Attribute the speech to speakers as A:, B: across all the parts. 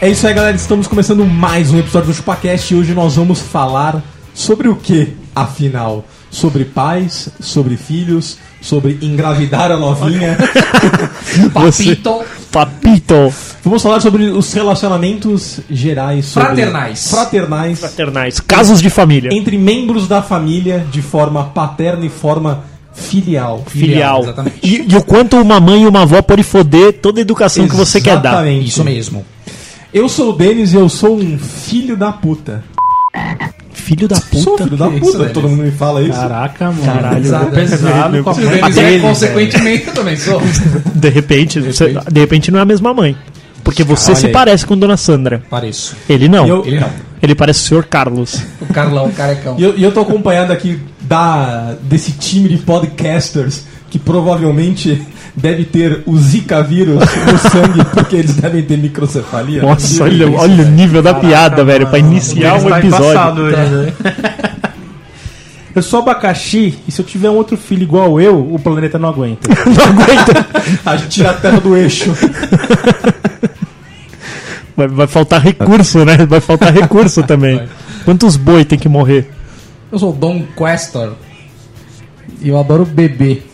A: É isso aí, galera. Estamos começando mais um episódio do ChupaCast e hoje nós vamos falar sobre o que, afinal? Sobre pais, sobre filhos, sobre engravidar a novinha.
B: Papito.
C: Papito.
A: vamos falar sobre os relacionamentos gerais. Sobre
B: Fraternais.
A: Fraternais.
C: Paternais. Casos de família.
A: Entre membros da família de forma paterna e forma filial.
C: Filial.
B: Exatamente.
C: E, e o quanto uma mãe e uma avó pode foder toda a educação que você quer dar.
A: Exatamente.
B: Isso mesmo.
A: Eu sou o Denis e eu sou um filho da puta.
C: Filho da
A: Sou um
C: puta.
A: filho da
B: que
A: puta,
B: isso, Denis?
A: todo mundo me fala isso.
D: Caraca, mano.
C: Caralho,
D: pesado.
B: Pesado.
D: pesado com a
B: Se
D: mãe
B: o
D: dele,
B: Denis é, consequentemente, eu também sou.
C: De repente, você- de repente não é a mesma mãe. Porque você
A: Olha
C: se
A: aí.
C: parece com Dona Sandra.
B: Pareço.
C: Ele não.
A: Eu-
B: Ele não.
C: Ele parece o senhor Carlos.
B: O Carlão, o carecão.
A: E eu, e eu tô acompanhado aqui da, desse time de podcasters que provavelmente deve ter o Zika vírus no sangue, porque eles devem ter microcefalia.
C: Nossa, olha, olha o nível da piada, velho, pra iniciar um
D: Tá
C: episódio.
A: Tá.
D: né? Eu sou abacaxi e se eu tiver um outro filho igual eu, o planeta não aguenta.
C: Não aguenta.
A: A gente tira a terra do eixo.
C: Vai, vai faltar recurso, né? Vai faltar recurso também. Quantos boi tem que morrer?
B: Eu sou o Dom Questor. E eu adoro beber.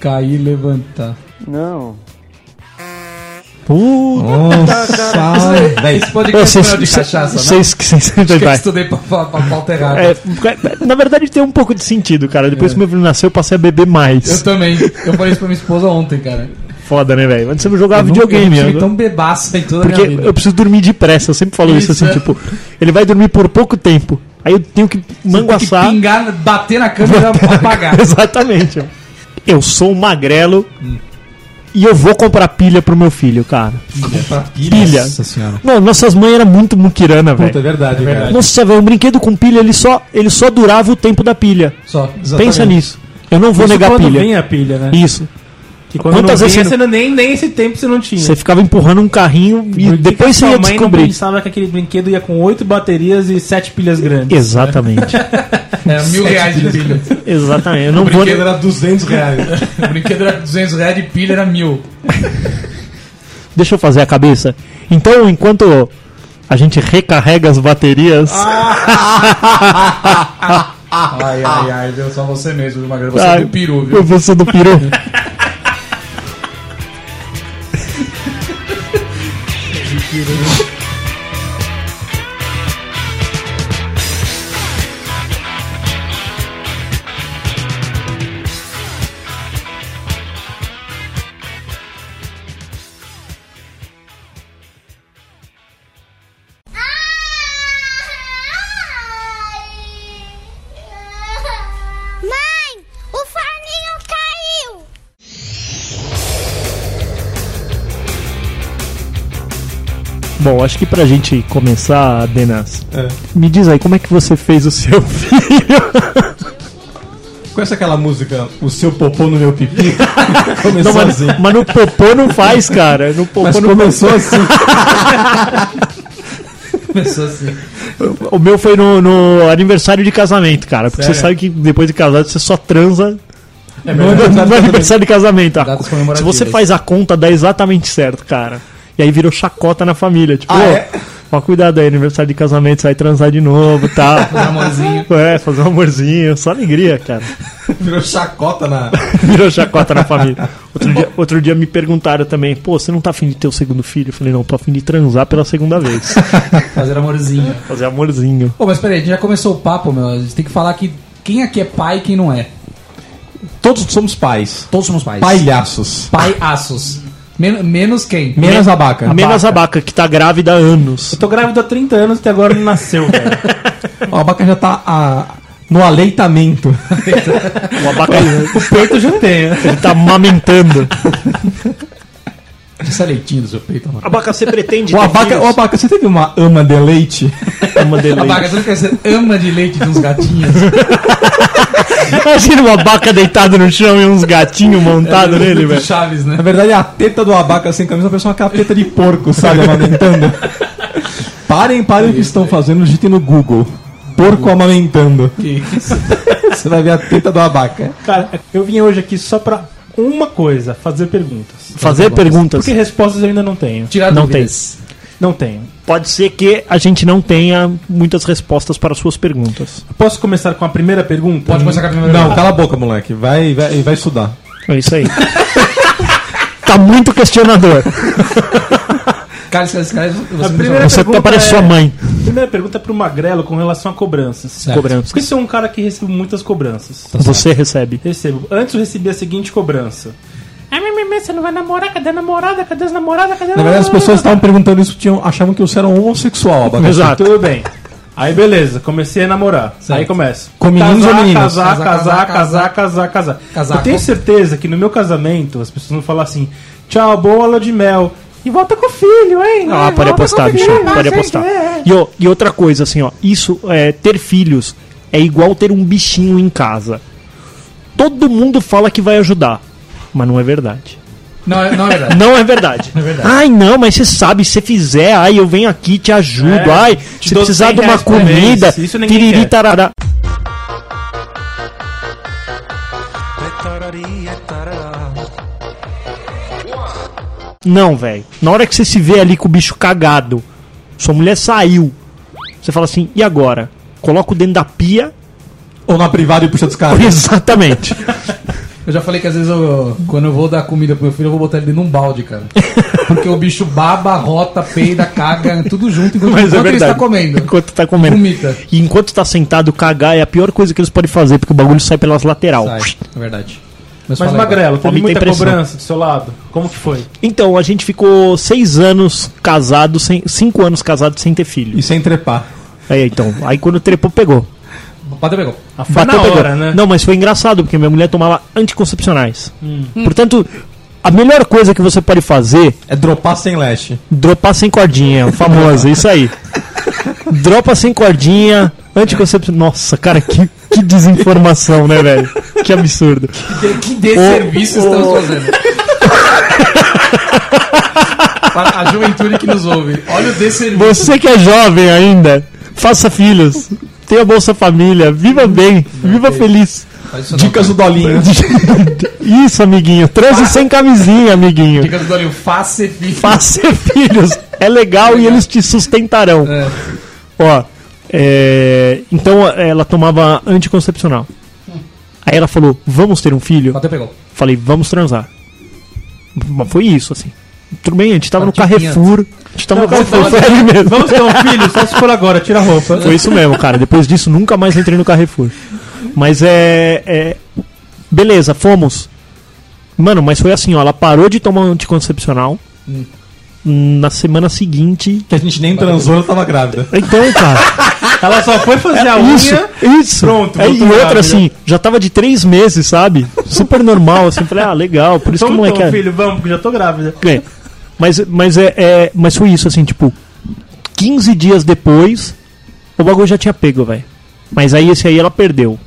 B: Cair e levantar.
C: Puta.
B: Esse podcast não é de cachaça, né?
C: Vocês que vocês-
B: Acho que eu
C: vai.
B: estudei pra, pra, pra pauta errada.
C: É, porque, na verdade tem um pouco de sentido, cara. Depois que meu filho nasceu, eu passei a beber
B: É. Eu
C: mais.
B: também. Eu falei isso pra minha esposa ontem, cara.
C: Foda, né, velho? Antes eu jogava
B: Eu nunca- então,
C: videogame.
B: Eu
C: Eu
B: tive tão bebaça em toda a
C: Porque
B: minha vida.
C: eu preciso dormir depressa, eu sempre falo isso,
B: Isso,
C: assim,
B: é.
C: tipo, ele vai dormir por pouco tempo. Aí eu tenho que
B: Tem
C: manguaçar.
B: que pingar, bater na câmera e apagar.
C: Exatamente. Eu sou um magrelo e eu vou comprar pilha pro meu filho, cara. Pilha.
A: Nossa senhora.
C: Não, nossas mães eram muito muquirana,
A: Puta, é
C: velho.
A: verdade, cara.
C: Nossa, velho, um brinquedo com pilha, ele só, ele só durava o tempo da pilha.
B: Só.
C: Pensa nisso. Eu não vou
D: Isso
C: negar
D: quando
C: pilha.
D: vem a pilha, né?
C: Isso.
D: Que quando
C: Quantas
D: não
C: vezes
D: vinha,
C: você
D: você não- nem, nem esse tempo você não tinha.
C: Você ficava empurrando um carrinho e
D: Por que que
C: depois você
D: sua
C: ia
D: mãe não
C: descobrir.
D: pensava que aquele brinquedo ia com oito baterias e sete pilhas grandes.
C: Exatamente.
B: É, mil reais de pilha.
C: Exatamente. Eu não
A: O
C: vou.
A: brinquedo era 200 reais.
B: O brinquedo era 200 reais de pilha, era mil.
C: Deixa eu fazer a cabeça. Então, enquanto a gente recarrega as baterias.
A: Ah,
B: Ai, ai, ai, viu? Só você mesmo, viu, Magrelo? Você
C: Ah,
B: é do peru, viu?
C: Eu vou ser do peru.
E: Mãe, o forninho caiu!
C: Bom, acho que pra gente começar, Denas,
A: É.
C: me diz aí como é que você fez o seu filho.
A: Conhece aquela música, O Seu Popô no Meu Pipi? Começou
C: Não, mas,
A: assim.
C: mas no popô não faz, cara. No popô
A: Mas
C: não
A: começou assim.
B: Começou assim.
C: O meu foi no, no aniversário de casamento, cara. Porque
B: Sério?
C: você sabe que depois de casado você só transa
B: É
C: no,
B: verdade.
C: no aniversário de casamento. Ah,
B: Datas
C: se
B: comemorativas.
C: você faz a conta, dá exatamente certo, cara. E aí virou chacota na família. Tipo,
A: Ah,
C: ó,
A: é?
C: ó, cuidado aí, aniversário de casamento, você vai transar de novo e tal.
B: Um amorzinho.
C: É, fazer um amorzinho, só alegria, cara.
A: Virou chacota na.
C: Virou chacota na família. Outro dia, outro dia me perguntaram também, pô, você não tá afim de ter o segundo filho? Eu falei, não, tô afim de transar pela segunda vez.
B: Fazer amorzinho.
C: Fazer amorzinho.
B: Pô, mas peraí, a gente já começou o papo, meu. A gente tem que falar que quem aqui é pai e quem não é.
A: Todos somos pais.
B: Todos somos pais.
A: Palhaços.
B: Pai assos. Men- menos quem?
A: Menos
B: É
A: abaca.
C: Menos a Baca, que tá grávida há anos.
D: Eu tô grávido há 30 anos e até agora não nasceu, velho.
A: Ó, a abaca já tá há No aleitamento.
C: O abacate
D: O peito já tem, né?
C: ele tá amamentando.
B: Essa leitinha é do seu peito, mano.
C: Abacacê pretende
A: O abaca, o abaca, você teve uma ama de leite?
C: Uma de leite.
B: Abaca, você não quer ser ama de leite de uns gatinhos?
C: Imagina uma abaca deitado no chão e uns gatinhos montados nele,
B: Do
C: velho.
B: Chaves, né?
A: Na verdade, é a teta do abaca sem camisa parece uma capeta de porco, sabe? Amamentando. Parem, parem o que estão fazendo, digitem no Google. Porco amamentando. Você vai ver a teta do abaca.
D: Cara, eu vim hoje aqui só pra uma coisa, fazer perguntas.
C: Fazer perguntas.
D: Porque respostas eu ainda não tenho.
B: Tirar
C: Não
B: dúvidas.
D: Não tenho.
C: Pode ser que a gente não tenha muitas respostas para suas perguntas.
D: Posso começar com a primeira pergunta?
B: Pode começar com a primeira
A: Não,
B: pergunta.
A: cala a boca, moleque. Vai, vai, vai estudar.
C: É isso aí. tá muito questionador.
B: Cara, esses caras, você
D: A
B: me
D: primeira-
C: Você tá
D: pergunta
C: parece
D: é-
C: sua mãe
D: A primeira pergunta é pro Magrelo com relação a cobranças.
B: Certo.
C: cobrando.
D: Porque você é um cara que recebe muitas cobranças.
C: Você recebe.
D: Recebo. Antes eu recebi a seguinte cobrança. Ah, minha, minha, você não vai namorar? Cadê a namorada? Cadê as namoradas? Cadê a
A: Na verdade, as
D: namorada?
A: pessoas estavam perguntando isso, tinham, achavam que eu era um homossexual, abaca.
C: Exato.
D: Ah, Tudo bem. Aí beleza, comecei a namorar. Aí começa.
A: Com meninos
D: casar,
A: ou meninas?
D: Casar,
B: Casar, casar,
D: casar, casar, casar, casar.
B: Casar.
D: Eu tenho certeza que no meu casamento as pessoas vão falar assim: tchau, boa aula de mel. E volta com o filho, hein?
C: Ah,
D: É,
C: pode
D: volta com
C: apostar,
D: o
C: bicho.
D: filho,
C: Pode
D: gente,
C: apostar.
D: é.
C: E, ó, e outra coisa, assim, ó. Isso, é, ter filhos é igual ter um bichinho em casa. Todo mundo fala que vai ajudar, mas não é verdade.
B: Não, é- não é verdade.
C: Não é verdade.
B: Não é verdade.
C: Ai, não, mas você sabe, se você fizer, ai, eu venho aqui, te ajudo,
D: É,
C: ai,
D: te
C: se
D: dou
C: precisar
D: 100
C: de uma
D: reais por
C: comida,
D: mês, isso ninguém
C: piriri,
D: quer.
C: tarará. Não, velho. Na hora que você se vê ali com o bicho cagado, sua mulher saiu. Você fala assim, e agora? Coloco dentro da pia.
A: Ou na privada e puxa descarga.
C: Exatamente.
B: Eu já falei que às vezes eu, quando eu vou dar comida pro meu filho, eu vou botar ele dentro de um balde, cara. Porque o bicho baba, rota, peida, caga, tudo junto enquanto,
C: Mas é
B: enquanto ele
C: verdade.
B: está comendo.
C: Enquanto tá comendo.
B: Vomita.
C: E enquanto tá sentado, cagar é a pior coisa que eles podem fazer, porque o bagulho sai pelas lateral.
B: Sai, é verdade.
D: Mas
B: fala aí,
D: Magrelo,
C: Homem
D: teve
C: tem
D: muita
C: pressão.
D: cobrança do seu lado. Como que foi?
C: Então, a gente ficou seis anos casado, sem, cinco anos casado sem ter filho.
A: E sem trepar.
C: É, então. Aí quando trepou, pegou.
B: vai. Padre pegou.
D: Ah, foi na
C: pegou.
D: hora, né?
C: Não, mas foi engraçado, porque minha mulher tomava anticoncepcionais.
D: Hum.
C: Portanto, a melhor coisa que você pode fazer
A: É dropar sem leste.
C: Dropar sem cordinha, o famoso, é isso aí. Dropa sem cordinha, anticoncepção. Nossa, cara, que, que desinformação, né, velho? Que absurdo.
B: Que, que desserviço estamos fazendo? Para a juventude que nos ouve. Olha o desserviço.
C: Você que é jovem ainda, faça filhos, tenha Bolsa Família, viva bem, viva feliz.
B: Faz isso não,
A: Dicas do Dolinho.
C: Isso, amiguinho. Transe sem camisinha, amiguinho.
B: Dicas do Dolinho, faça e fique.
C: Faça filhos, é legal e eles te sustentarão.
B: É.
C: Ó, é, então ela tomava anticoncepcional. Aí ela falou: Vamos ter um filho?
B: Padre pegou.
C: Falei: Vamos transar. Mas foi isso, assim. Tudo bem, a gente tava no
B: Quanto tinha?
C: Carrefour. A gente tava no
D: vamos
C: Carrefour, foi
D: falar-
C: ali mesmo.
D: Vamos ter um filho, só se for agora, tira a roupa.
C: Foi isso mesmo, cara. Depois disso, nunca mais entrei no Carrefour. Mas é. é- Beleza, fomos. Mano, mas foi assim, ó. Ela parou de tomar anticoncepcional. Na semana seguinte.
A: Que a gente nem transou, eu tava grávida.
C: Então, cara.
D: Ela só foi fazer a unha.
C: É isso, isso.
D: Pronto,
C: É, e
D: voltou
C: outra,
D: grávida.
C: assim, já tava de três meses, sabe? Super normal, assim. Falei, ah, legal. Por isso que o
D: Vamos
C: moleque.
D: então,
C: é-
D: filho, vamos, porque já tô grávida.
C: É. Mas, mas, é, é- mas foi isso, assim, tipo, 15 dias depois, o bagulho já tinha pego, velho. Mas aí esse aí ela perdeu.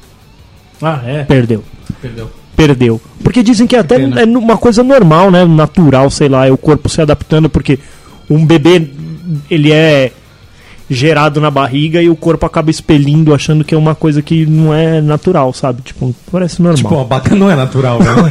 D: Ah, é.
C: Perdeu.
B: Perdeu.
C: Perdeu. Porque dizem que até
B: pena.
C: é uma coisa normal, né? Natural, sei lá, é o corpo se adaptando, porque um bebê, ele é gerado na barriga e o corpo acaba expelindo, achando que é uma coisa que não é natural, sabe? Tipo, parece normal.
A: Tipo, a abaca não é natural, velho.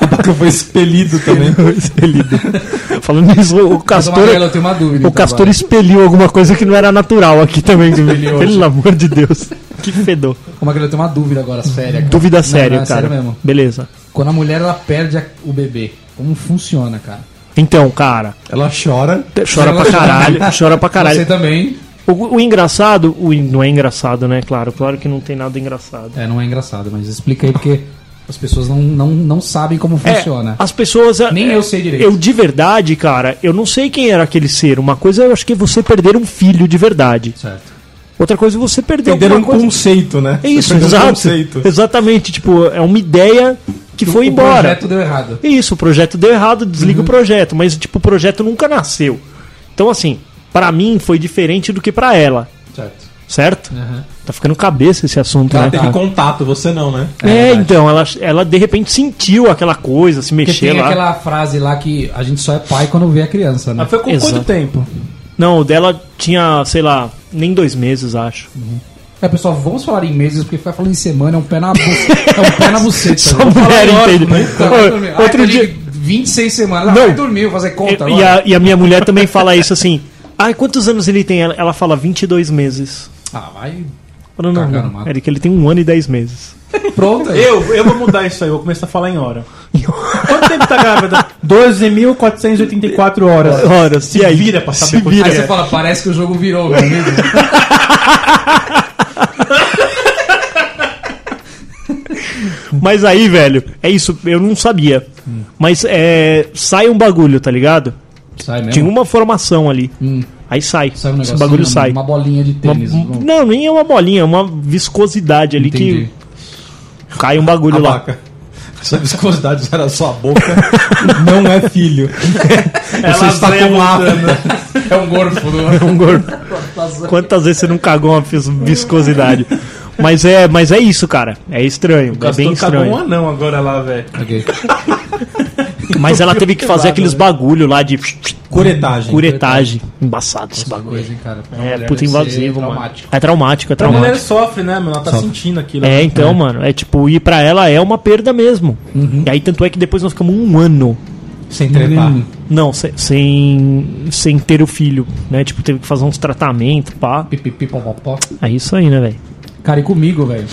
A: A abaca foi expelido também.
C: expelido. Falando nisso, o
B: Mas,
C: Castor...
B: Magrelo, eu tenho Tipo, uma dúvida.
C: O
B: então,
C: Castor
B: agora.
C: expeliu alguma coisa que não era natural aqui também.
B: Expeliu.
C: Pelo amor de Deus. Que fedor.
B: Ô, Magrelo, eu tenho uma dúvida agora, séria. cara.
C: Dúvida
B: Não,
C: séria,
B: não, é
C: cara.
B: Sério mesmo.
C: Beleza.
B: Quando a mulher ela perde a- o bebê, como funciona, cara?
C: Então, cara,
A: Ela chora.
C: chora pra caralho, chora pra
B: Você
C: caralho.
B: também.
C: O, o engraçado, o, en- não é engraçado, né? Claro, claro que não tem nada engraçado.
B: É, não é engraçado, mas explica aí porque as pessoas não, não, não sabem como funciona.
C: É, as pessoas. é,
B: Nem eu sei direito.
C: Eu de verdade, cara, eu não sei quem era aquele ser. Uma coisa eu acho que é você perder um filho de verdade.
B: Certo.
C: Outra coisa é você perder
A: Entenderam um
C: alguma coisa.
A: conceito, né?
C: É isso,
A: Você perdeu um
C: exato.
A: conceito.
C: Exatamente, tipo, é uma ideia que foi
B: O
C: embora.
B: projeto deu Uhum. errado.
C: É Isso, o projeto deu errado, desliga o projeto, mas tipo, o projeto nunca nasceu. Então assim, pra mim foi diferente do que pra ela,
B: Certo.
C: certo?
B: Aham.
C: Tá ficando cabeça esse assunto,
B: Tá
A: Ela
C: né?
A: teve Tá, contato, você não, né?
C: É,
B: verdade.
C: então, ela, ela de repente sentiu aquela coisa, se
B: Porque
C: mexer
B: tem
C: lá. Ah,
B: aquela frase lá que a gente só é pai quando vê a criança, né?
D: Mas foi com
C: Exato.
D: quanto tempo?
C: Não, o dela tinha, sei lá, nem dois meses, acho.
B: É, pessoal, vamos falar em meses, porque ficar falando em semana é um pé na buceta. é um pé na buceta.
C: Só
B: né? Fala
C: mulher,
B: em
C: entende?
B: horas, né? Tá, vai dormir. Ah,
C: Outro
B: tem
C: dia-
B: 26 semanas. Ah,
C: Não.
B: vai dormir, vou fazer conta
C: E- e,
B: agora.
C: a, e a minha mulher também fala isso assim. Ai, quantos anos ele tem? Ela, ela fala 22 meses.
B: Ah, vai...
C: Eu falo, não,
B: Cagar no
C: não,
B: mato.
C: Eric, ele tem um ano e dez meses.
B: Pronto aí.
D: Eu, eu vou mudar isso aí, eu vou começar a falar em hora. Quanto tempo tá grávida? 12.484 horas.
C: Ora, se aí,
D: vira pra saber
C: se
D: quanto-
C: vira.
B: Aí você fala, parece que o jogo virou, meu amigo.
C: Mas aí, velho, é isso, eu não sabia.
B: Hum.
C: Mas é, sai um bagulho, tá ligado?
B: Sai mesmo.
C: Tinha uma formação ali.
B: É, Hum.
C: Aí sai.
B: Sai um
C: Esse
B: negocinho,
C: bagulho
B: uma-
C: sai.
B: Uma bolinha de
C: Uma-
B: tênis. vamos-
C: não, nem é uma bolinha, é uma viscosidade ali
B: Entendi.
C: que cai um bagulho lá.
A: Abaca. Essa viscosidade era a sua boca. não é filho. Você
C: tá
A: está com um ápice.
B: É um gorfo do...
C: Um gordo. Quantas vezes você não cagou uma vis- viscosidade? Mas é, mas é isso, cara. É estranho, é bem
D: cagou um
C: estranho.
D: anão agora lá, velho.
B: Ok.
C: Mas ela teve que fazer aqueles bagulho lá de
A: É Curetagem.
C: curetagem. Embaçado esse
B: Essa
C: bagulho.
B: coisa, hein, cara. Pra uma
C: É
B: mulher
C: puta
B: deve ser
C: invasivo, mano.
B: traumático.
C: É traumático, é
D: A mulher
C: traumático.
D: sofre, né, mano? Ela tá sentindo aquilo.
C: É, então, mano, é tipo, ir pra ela é uma perda mesmo. E aí, tanto é que depois nós ficamos um ano
A: Sem trepar.
B: Hum.
C: Não, se- sem, sem ter o filho, né? Tipo, teve que fazer uns tratamentos, pá.
B: Pipipipopopó.
C: É isso aí, né, velho?
B: Cara, e comigo, velho?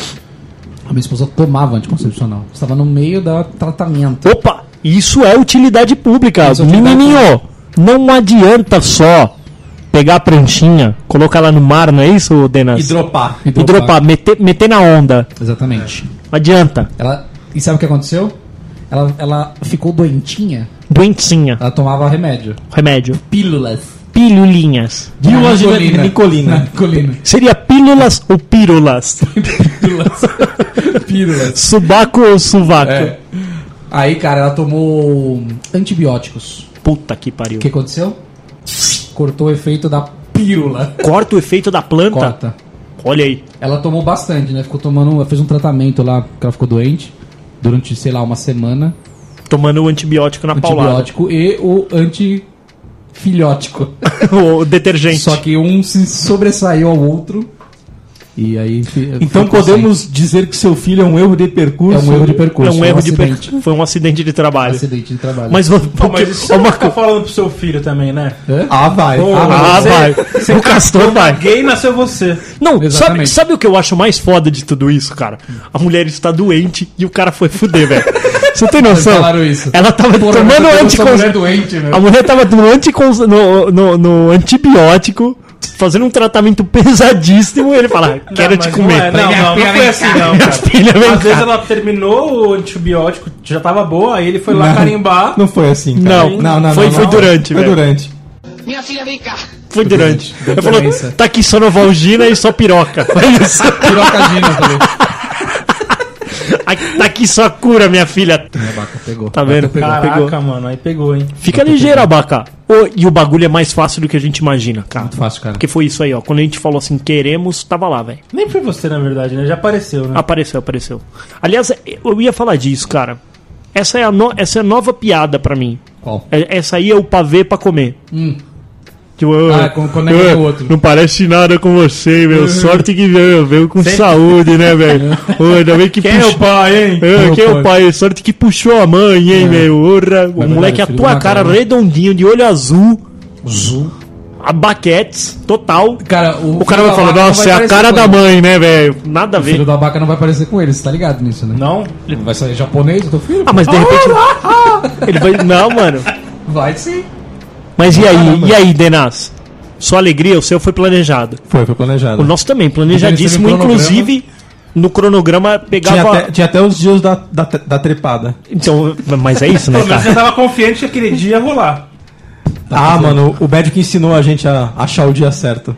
B: A minha esposa tomava anticoncepcional. Estava no meio da tratamento.
C: Opa! Isso é utilidade pública.
B: Isso é utilidade
C: Menininho, não adianta só pegar a pranchinha, colocar lá no mar, não é isso,
A: E
C: Denas?
A: dropar.
C: E dropar, meter, meter na onda.
B: Exatamente.
C: Não adianta.
B: Ela... E sabe o que aconteceu? Ela, ela ficou doentinha.
C: Doentinha,
B: Ela tomava remédio.
C: remédio.
B: Pílulas.
C: Pilulinhas.
B: É
A: Pílulas de Nicolina.
B: Nicolina.
C: Seria pílulas ou pírolas?
B: Pílulas. Pílulas.
C: Subaco ou sovaco?
B: É. Aí, cara, ela tomou antibióticos.
C: Puta que pariu.
B: O que aconteceu? Cortou o efeito da pílula.
C: Corta o efeito da planta?
B: Corta.
C: Olha aí.
B: Ela tomou bastante, né? Ficou tomando. Ela fez um tratamento lá, porque ela ficou doente. Durante, sei lá, uma semana.
C: Tomando o antibiótico na paulada.
B: Antibiótico e o antifilhótico.
C: o detergente.
B: Só que um se sobressaiu ao outro. E aí. fi-
A: Então
B: ficou
A: podemos dizer que seu filho é um erro de
B: sem.
A: percurso?
B: É um erro de
C: é
B: percurso.
C: um erro de
B: acidente.
C: per- Foi um acidente de trabalho.
B: Acidente de trabalho.
C: Mas, vou-
D: Pô,
C: porque-
D: mas isso é você
C: ó,
D: não
C: Marco-
D: fica falando pro seu filho também, né?
B: Hã?
A: Ah, vai.
D: Pô,
C: Ah,
D: você-
C: vai. o Castor vai.
D: Gay nasceu você.
C: Não, sabe,
B: Exatamente.
C: sabe o que eu acho mais foda de tudo isso, cara? A mulher está doente e o cara foi fuder, velho. Você tem noção?
B: falaram isso.
C: Ela tava
B: Porra,
C: É, tomando
B: mas eu sou mulher
C: anticoncepcional.
B: doente, meu.
C: A mulher tava no, anticon- no, no, no antibiótico, fazendo um tratamento pesadíssimo, e ele fala, "Ah, quero
D: Não,
C: te
D: mas
C: comer.
D: Não, é,
B: Minha
D: não, não,
B: filha
D: não foi
B: vem
D: assim,
B: cá.
D: não,
C: Minha
D: cara.
C: filha vem
D: Às
C: cá.
D: vezes ela terminou o antibiótico, já tava boa, aí ele foi lá
A: Não.
D: carimbar.
A: Não foi assim, cara.
C: Ah. Não, foi- foi durante,
A: Foi
C: velho.
A: durante.
E: Minha filha, vem cá.
C: Foi durante. Ela falou,
D: é-
B: doença.
C: tá aqui só novalgina e só piroca. Foi isso.
B: Pirocadina, eu
A: né?
B: falei.
C: Aqui- Tá aqui só cura, minha filha.
B: Minha vaca pegou.
C: Tá vendo?
B: Pegou.
D: Caraca,
C: pegou.
D: mano, aí pegou, hein?
C: Fica ligeiro, abaca. Ô, e o bagulho é mais fácil do que a gente imagina, cara.
B: Muito fácil, né? cara.
C: Porque foi isso aí, ó. Quando a gente falou assim, queremos, tava lá, velho.
D: Nem foi você, na verdade, né? Já apareceu, né?
C: Apareceu, apareceu. Aliás, eu ia falar disso, cara. Essa é a, no- essa é a nova piada pra mim.
B: Qual?
C: É- Essa aí é o pavê pra comer. Tipo, ô,
B: Ah, com- conecta
C: ô,
B: com o outro.
C: Não parece nada com você, meu. Sorte que veio, veio com saúde, né, velho? Ô, Ainda bem que
D: Quem é o pai, hein?
C: É,
B: Meu
C: quem é
B: pai.
C: o pai? Sorte que puxou a mãe, hein, meu? Orra. O
B: verdade,
C: moleque é a
B: filho
C: tua
B: do
C: cara
B: macarrão.
C: redondinho, de olho azul. A baquetes, total.
B: Cara, o,
C: O cara vai falar, nossa, é a cara da mãe, né, velho? Nada a
B: O filho
C: ver.
B: da vaca não vai parecer com ele, você tá ligado nisso, né?
D: Não?
B: Ele vai sair japonês, o teu filho?
C: Ah, mas de repente. Ele vai. Não, mano.
B: Vai sim.
C: Mas e aí, e aí, Denas? Sua alegria, o seu foi planejado.
A: Foi, foi planejado.
C: O nosso também, planejadíssimo,
B: Então, ele teve um
C: inclusive. No cronograma
A: Tinha
C: pegava.
A: até, tinha até os dias da, da, da trepada.
C: Então, mas é isso, né,
D: Pelo menos
C: cara?
D: você tava confiante que aquele dia ia rolar.
A: ah, mano, o Bédio que ensinou a gente a achar o dia certo.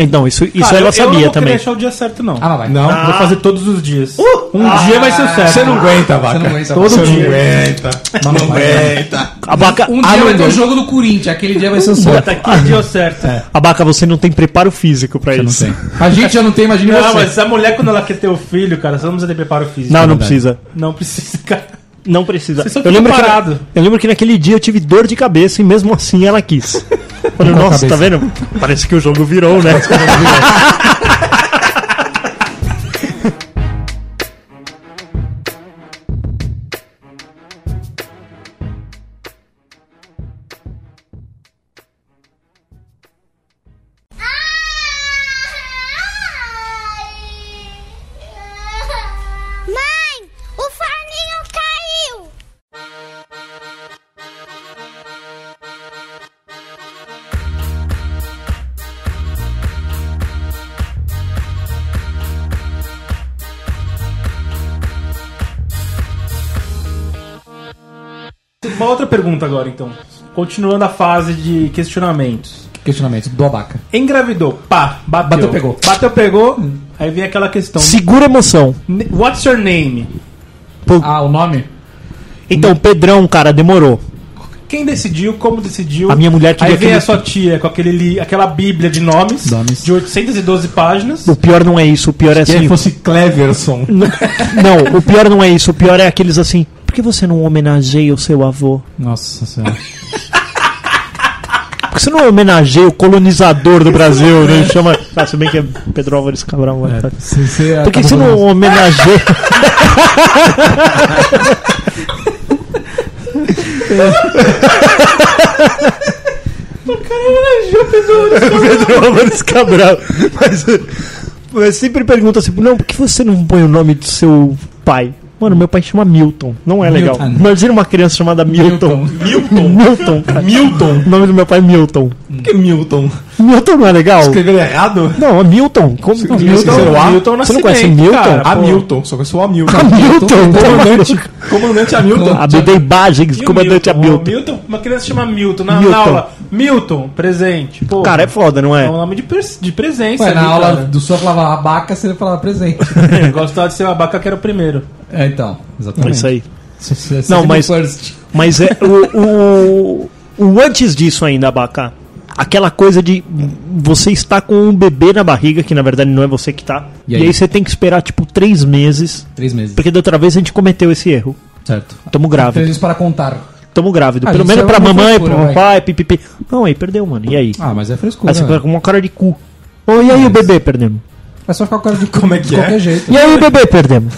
C: Então, isso, isso
D: Cara,
C: ela
D: eu- eu não
C: sabia
D: vou
C: também.
D: deixar o dia certo, não.
B: Ah, mas vai.
A: Não?
D: Vou fazer todos os dias. um dia vai ser o certo.
A: Você não aguenta, vaca.
B: não aguenta,
A: Todo
B: vaca.
A: dia. aguenta. Não
B: não vai, não.
A: aguenta.
C: Abaca,
B: Um dia
C: ah,
B: vai ter
C: não,
B: o jogo do Corinthians, aquele dia vai ser o seu.
D: Puta,
C: Ah,
D: que dia certo.
C: Abaca, você não tem preparo físico pra isso.
B: A gente já não tem, imagina
D: Não,
B: você.
D: mas a mulher, quando ela quer ter o filho, cara, você não precisa ter preparo físico.
C: Não, não
D: é Verdade.
C: precisa.
D: Não precisa, cara.
C: Não precisa.
D: Vocês são
C: Eu lembro, que,
D: preparado.
C: eu lembro que naquele dia eu tive dor de cabeça e mesmo assim ela quis. Falei,
B: Com a
C: nossa, tá
B: cabeça.
C: vendo? Parece que o jogo virou, né?
E: Mãe, o forninho caiu!
D: Uma outra pergunta agora, então. Continuando a fase de questionamentos.
B: Questionamento do Abaca.
D: Engravidou, pá, bateu.
B: Bateu, pegou.
D: Bateu, pegou. Aí vem aquela questão.
C: Segura a emoção.
D: Ne- What's your name?
C: Pô,
B: Ah, o nome?
C: então, Pedrão, cara, demorou.
D: Quem decidiu, como decidiu.
C: A minha mulher queria
D: Aí vem
C: aquele-
D: a sua tia com aquele, li- aquela bíblia de nomes,
B: Nomes.
D: de 812 páginas.
C: O pior não é isso, o pior é
A: Se ele
C: assim.
A: fosse Cleverson.
C: Não, o pior não é isso, o pior é aqueles assim. Por que você não homenageia o seu avô?
B: Nossa senhora.
C: Por que Ah, você não homenageia o colonizador do Brasil? Né? Chama. Ah, se bem que é Pedro Álvares Cabral.
D: É.
C: vai. tá
B: Se você
C: Por que
B: acabou com
C: você não
B: nós.
C: homenageia. Pedro Álvares Cabral. Mas, mas sempre pergunta assim: não, por que você não põe o nome do seu pai? Mano, meu pai chama Milton. Não é legal.
B: Milton.
C: Imagina uma criança chamada Milton. Milton. Milton, cara.
A: Milton.
C: O nome do meu pai é Milton.
A: Por que Milton?
C: Milton não é legal?
A: Escreveram errado?
C: Não, é Milton. Como não,
A: esqueceram o A?
C: Você não conhece
D: Nascimento,
C: Milton?
D: cara.
C: Ah,
D: Pô.
A: Hamilton. Só conheceu o Hamilton.
C: Milton.
A: Comandante, comandante Hamilton.
C: A Bidei Bagens,
D: E o
C: comandante
D: Milton?
C: Hamilton.
D: O Milton, uma criança chama Milton na, na
C: é Milton.
D: aula. Milton, presente. Pô,
C: Cara, é foda, não
D: é um
C: é?
D: nome de, pres- de presença.
B: Ué, na
D: ali,
B: aula
D: cara.
B: do senhor falava abaca, você falava presente.
D: Eu Gostava de ser o abaca que era o primeiro.
B: É, então.
C: É
B: Exatamente.
C: isso aí.
B: Se- se- se-
C: Não,
B: se-
C: mas-
B: é first.
C: Mas é o, o, o antes disso ainda, Abacá. Aquela coisa de você está com um bebê na barriga, que na verdade não é você que tá.
B: E
C: E
B: aí?
C: aí, você tem que esperar, tipo, três meses.
B: Três meses.
C: Porque da outra vez a gente cometeu esse erro.
B: Certo.
C: Tamo
B: Três
C: grávido.
B: meses para contar.
C: Tamo grávido.
B: Ah,
C: Pelo
B: isso
C: menos
B: é
C: pra
B: uma
C: mamãe,
B: frescura,
C: pro
B: vai.
C: papai, pipipi. Não, aí perdeu, mano. E aí?
B: Ah, mas é frescura.
C: aí você fica
B: velho.
C: com uma cara de cu. Ô, e aí o bebê perdemos?
B: É só ficar com cara de
A: Como é que
B: de
A: é?
B: qualquer jeito.
C: E aí o bebê perdemos?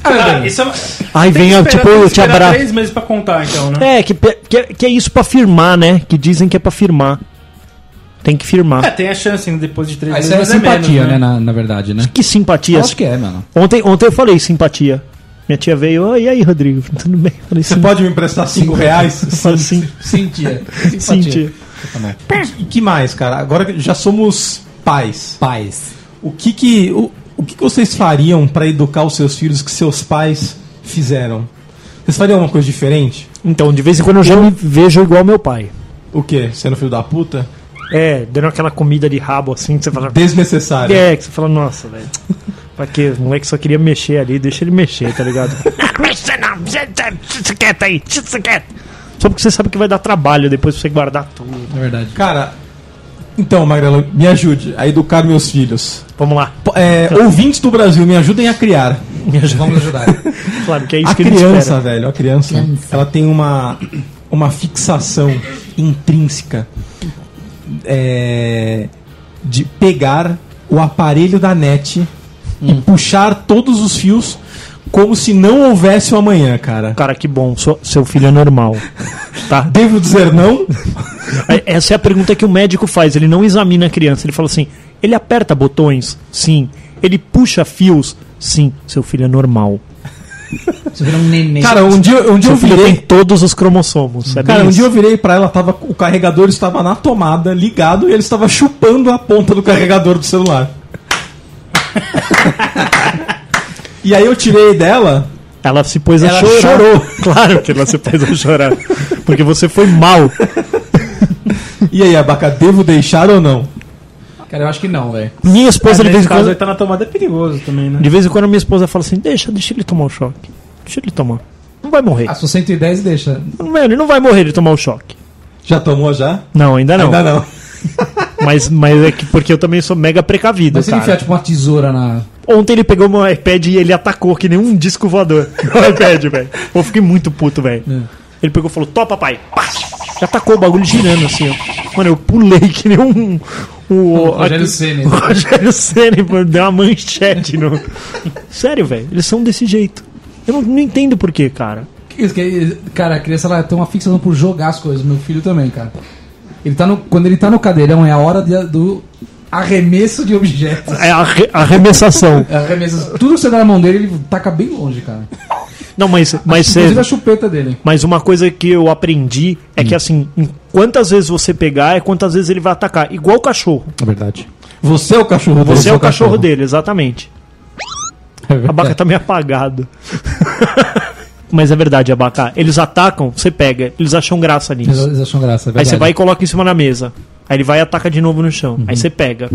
D: Cara, isso é...
C: Ah, Aí
D: Tem
C: vem,
D: que
C: a,
D: esperar-
C: tipo,
D: tem que
C: eu te
D: esperar
C: abraço.
D: três meses pra contar, então, né?
C: É, que, pe- que, que é isso pra firmar, né? Que dizem que é pra firmar. Tem que firmar.
D: É, tem a chance ainda depois de três
B: Ah,
D: meses.
B: isso é
D: mas
B: simpatia,
D: menos,
B: né? Na, na verdade, né?
C: Que simpatia.
B: Eu acho que é, mano.
C: Ontem, ontem eu falei simpatia. Minha tia veio, "Oi, e aí, Rodrigo? Tudo bem? Eu Falei,
A: Você
C: sim.
A: pode me emprestar 5 reais?
C: Fala, sim.
B: Sentia.
C: Sim, tia.
A: E que mais, cara? Agora que já somos pais.
B: Paz.
A: O que que, o, o que, que vocês fariam pra educar os seus filhos que seus pais fizeram? Vocês fariam alguma coisa diferente?
C: Então, de vez em quando eu já me vejo igual meu pai.
A: O quê? Sendo filho da puta?
C: É, dando aquela comida de rabo assim, que você fala.
A: Desnecessário.
C: É, que você fala, nossa, velho. Pra quê? O moleque só queria mexer ali, deixa ele mexer, tá ligado? Mexe não, se quieto aí, se quieto. Só porque você sabe que vai dar trabalho depois pra você guardar tudo.
B: É verdade.
A: Cara, então, Magrelo, me ajude a educar meus filhos.
C: Vamos lá.
A: P-
B: Tá.
A: é, ouvintes do Brasil, me ajudem a criar.
C: Me ajuda.
B: Vamos ajudar.
C: Claro que é isso
A: A
C: que ele
A: criança,
C: espera.
A: velho, a criança, ela tem uma, uma fixação intrínseca é, de pegar o aparelho da net e
C: Hum.
A: puxar todos os fios como se não houvesse um amanhã, cara.
C: Cara, que bom, sua- seu filho é normal. Tá?
A: Devo dizer não?
C: É- Essa é a pergunta que o médico faz. Ele não examina a criança. Ele fala assim: ele aperta botões? Sim. Ele puxa fios? Sim. Seu filho é normal.
B: Você vira um neném.
A: Cara, um dia, um dia eu
C: Seu filho tem
A: virei.
C: todos os cromossomos. É
A: Cara,
C: bem
A: um
C: isso.
A: dia eu virei pra ela, tava, o carregador estava na tomada, ligado, e ele estava chupando a ponta do carregador do celular. e aí eu tirei dela,
C: Ela se pôs a
A: Ela
C: chorar.
A: chorou.
C: Claro que ela se pôs a chorar. Porque você foi mal.
A: E aí, Abaca, devo deixar ou não?
B: Cara, eu acho que não, velho.
C: Minha esposa, de vez em
D: Nesse caso,
C: quando.
D: ele tá na tomada, é perigoso também, né?
C: De vez em quando minha esposa fala assim, deixa, deixa ele tomar o choque. Deixa ele tomar. Não vai morrer.
B: Ah, se for 110, deixa.
C: Não, ele não vai morrer de tomar o choque.
A: Já tomou já?
C: Não, ainda não.
A: Ainda não.
C: Mas, mas é que porque eu também sou mega precavido,
B: Mas se ele enfiar
C: cara.
B: tipo uma tesoura na.
C: Ontem ele pegou meu iPad e ele atacou que nem um disco voador no iPad, velho. Eu fiquei muito puto, velho.
B: É.
C: Ele pegou e falou, topa, pai. Pá! Já atacou o bagulho girando, assim, ó. Mano, eu pulei que nem um... O,
B: Rogério Ceni.
C: O Rogério Ceni, mano, deu uma manchete no... Sério, velho, eles são desse jeito. Eu não, não entendo por quê, cara.
B: Que isso que é- Cara, a criança ela tem uma fixação por jogar as coisas. Meu filho também, cara. Ele tá no... Quando ele tá no cadeirão, é a hora de- do arremesso de objetos.
C: É a re- arremessação.
B: Arremesso. Tudo que você dá na mão dele, ele taca bem longe, cara.
C: Não, mas,
A: É
C: mas
B: Inclusive
C: sério...
B: a chupeta dele.
C: Mas uma coisa que eu aprendi é que assim, em quantas vezes você pegar é quantas vezes ele vai atacar. Igual o cachorro.
A: É verdade. Você é o cachorro dele.
C: Você é o cachorro, dele, exatamente.
B: É
C: A Abaca tá meio apagado. Mas é verdade, Abaca. Eles atacam, você pega. Eles acham graça
B: Eles
C: nisso.
B: eles acham graça, é
C: Aí você
B: verdade.
C: vai e coloca em cima da mesa. Aí ele vai e ataca de novo no chão. Aí você pega.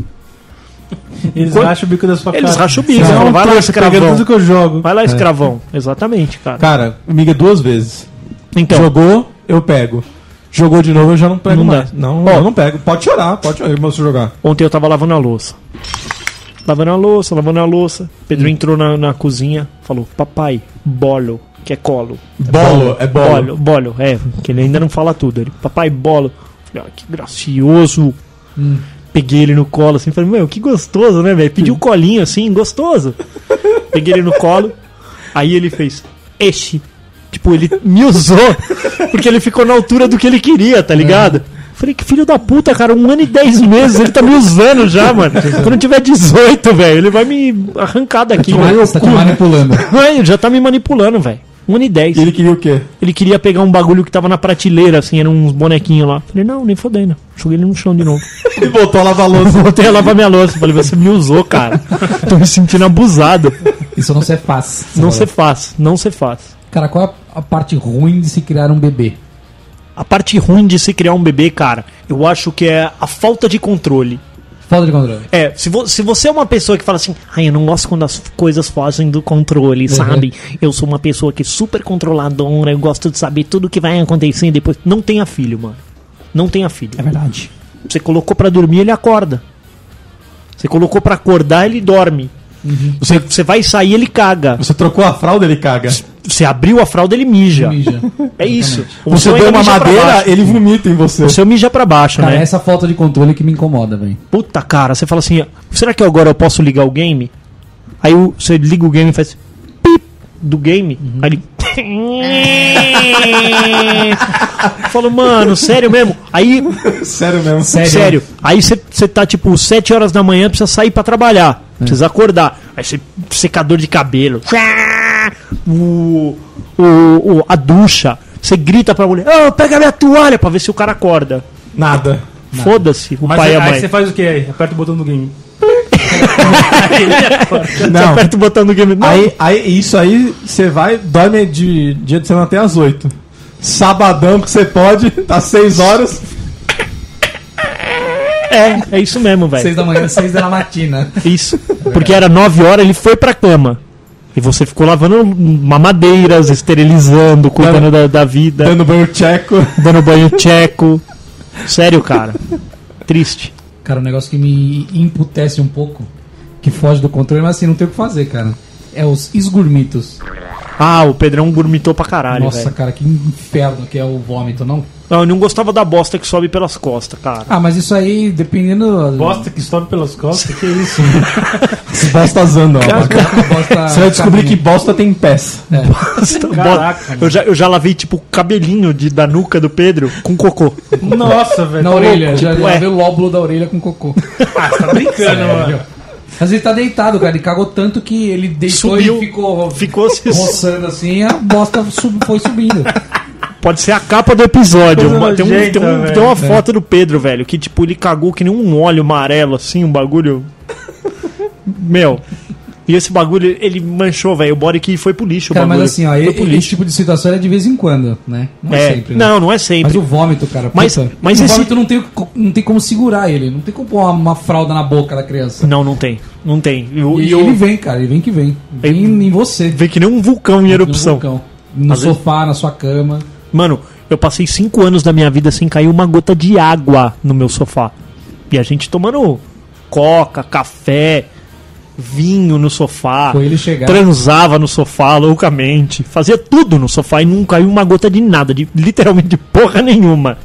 D: Eles
C: Quando-
D: racham o bico da sua
C: Eles
D: cara.
C: racham o bico,
D: Você é
C: falam,
D: um
C: vai lá,
D: trouxa,
C: escravão.
D: pegando tudo que eu jogo.
C: Vai lá, escravão. Exatamente, cara.
A: Cara, amiga duas vezes.
C: Então,
A: Jogou, eu pego. Jogou de novo, eu já não pego
C: Não dá.
A: mais. Não, eu não pego. Pode chorar, pode chorar, irmão, se eu jogar.
C: ontem eu tava lavando a louça. Lavando a louça, lavando a louça. Pedro entrou na, na cozinha, falou: Papai, bolo, que é colo.
A: Bolo, é bolo.
C: Bolo, bolo, é, que ele ainda não fala tudo. Ele, papai, bolo. Falei, ó, que gracioso.
A: Hum.
C: Peguei ele no colo assim, falei, meu, que gostoso, né, velho? Pediu um colinho assim, gostoso. Peguei ele no colo, aí ele fez, este. Tipo, ele me usou, porque ele ficou na altura do que ele queria,
A: É.
C: tá ligado? Falei, que filho da puta, cara, um ano e dez meses, ele tá me usando já, mano. Quando tiver 18, velho, ele vai me arrancar
A: É
C: daqui.
B: Mas Você tá te manipulando.
C: Vai, já tá me manipulando, velho. Um ano e dez.
A: E ele queria o quê?
C: Ele queria pegar um bagulho que tava na prateleira, assim, eram uns bonequinhos lá. Falei, não, nem fodendo. Joguei ele no chão de novo.
A: Ele voltou a lavar a louça.
C: Voltei a lavar minha louça. Falei, você me usou, cara. Tô me sentindo abusado.
B: Isso não se faz.
C: Não se faz, não se faz.
B: Cara, qual é a- a parte ruim de se criar um bebê?
C: A parte ruim de se criar um bebê, cara, eu acho que é a falta de controle.
B: Falta de controle.
C: É, se, vo- se você é uma pessoa que fala assim, ai, eu não gosto quando as coisas fogem do controle, sabe? Eu sou uma pessoa que é super controladora, eu gosto de saber tudo que vai acontecer depois. Não tenha filho, mano. Não tenha filho.
B: verdade.
C: Você colocou pra dormir, ele acorda. Você colocou pra acordar, ele dorme.
A: Uhum.
C: Você, você vai sair, ele caga.
A: Você trocou a fralda, ele caga.
C: Você abriu a fralda, ele mija.
B: Mija.
C: É isso. O
A: Você
C: seu
A: deu
C: ainda
A: uma
C: mija pra baixo.
A: madeira, ele é- vomita em você.
C: O seu mija pra baixo,
B: Cara,
C: né?
B: Tá, essa falta de controle que me incomoda, velho.
C: Puta cara, você fala assim, será que agora eu posso ligar o game? Aí o- você liga o game e faz pip do game,
A: Uhum.
C: aí ele. Eu falo, mano, sério mesmo? Aí
A: Sério mesmo.
C: Sério. Aí você tá tipo 7 horas da manhã, precisa sair pra trabalhar. Precisa acordar. Aí você. Secador de cabelo. O, o, o- a ducha. Você grita pra mulher, "Ah, pega minha toalha pra ver se o cara acorda.
A: Nada.
C: Foda-se, o
D: Mas
C: pai e
D: aí,
C: a
D: aí
C: mãe.
D: você faz o quê aí? Aperta o botão do game.
C: Você
A: Não.
C: aperta o botão do game. Não,
A: Aí, aí, isso aí, você vai, dorme de dia de semana até às 8. Sabadão que você pode, tá 6 horas.
C: É, é isso mesmo, velho.
B: Seis da manhã, seis da matina.
C: Isso. Porque era 9 horas, ele foi pra cama. E você ficou lavando mamadeiras, esterilizando, cuidando da, da vida,
A: Dando banho tcheco.
C: dando banho tcheco. Sério, cara. Triste.
B: Cara, um negócio que me imputece um pouco, que foge do controle, mas assim, não tem o que fazer, cara. É os esgurmitos.
C: Ah, o Pedrão gourmitou pra caralho,
B: Nossa,
C: velho.
B: cara, que inferno que é o vômito, não?
C: Não, eu não gostava da bosta que sobe pelas costas, cara.
B: Ah, mas isso aí, dependendo...
D: Bosta que sobe pelas costas, que isso?
A: Bosta zando, ó.
B: Bosta- É,
A: Você vai descobrir que bosta tem pés.
C: Caraca, eu, já, eu já lavei, tipo, o cabelinho de, da nuca do Pedro com cocô.
D: Nossa, velho.
B: Na
A: é
D: tá
B: orelha,
D: louco.
B: já, já
C: Ué.
B: veio o lóbulo da orelha com cocô.
D: Ah, você tá brincando, mano.
B: Mas ele tá deitado, cara, ele cagou tanto que ele deitou
C: Subiu.
B: e ficou...
C: Ficou assim.
B: Roçando assim, a bosta sub- foi subindo.
C: Pode ser a capa do episódio.
D: Coisa
C: Uma- tem, um- tem um-
D: nojenta, velho.
C: tem uma foto
B: É.
C: do Pedro, velho, que, tipo, ele cagou que nem um óleo amarelo, assim, um bagulho. Meu. E esse bagulho, ele manchou, velho. O body que foi pro lixo.
B: Cara,
C: o
B: mas
C: bagulho.
B: assim, ó, e-
C: foi pro
B: e- esse
C: lixo.
B: tipo de situação é de vez em quando, né? Não é,
C: É.
B: sempre. né?
C: Não, não é
B: Mas
C: sempre.
B: o vômito, cara.
C: Mas-
B: puta,
C: mas
B: o
C: esse-
B: vômito não tem, o que- não tem como segurar ele. Não tem como pôr uma, uma fralda na boca da criança.
C: Não, não tem. Não tem. E, o-
B: E,
C: e eu-
B: ele vem, cara. Ele vem que vem. Vem
C: Ele-
B: em você.
C: Vem que nem um vulcão em erupção.
B: No, vulcão. no
C: Às vezes-
B: sofá, na sua cama.
C: Mano, eu passei cinco anos da minha vida sem cair uma gota de água no meu sofá. E a gente tomando coca, café, vinho no sofá.
B: Foi ele chegar.
C: Transava no sofá loucamente. Fazia tudo no sofá e não caiu uma gota de nada, de, literalmente de porra nenhuma.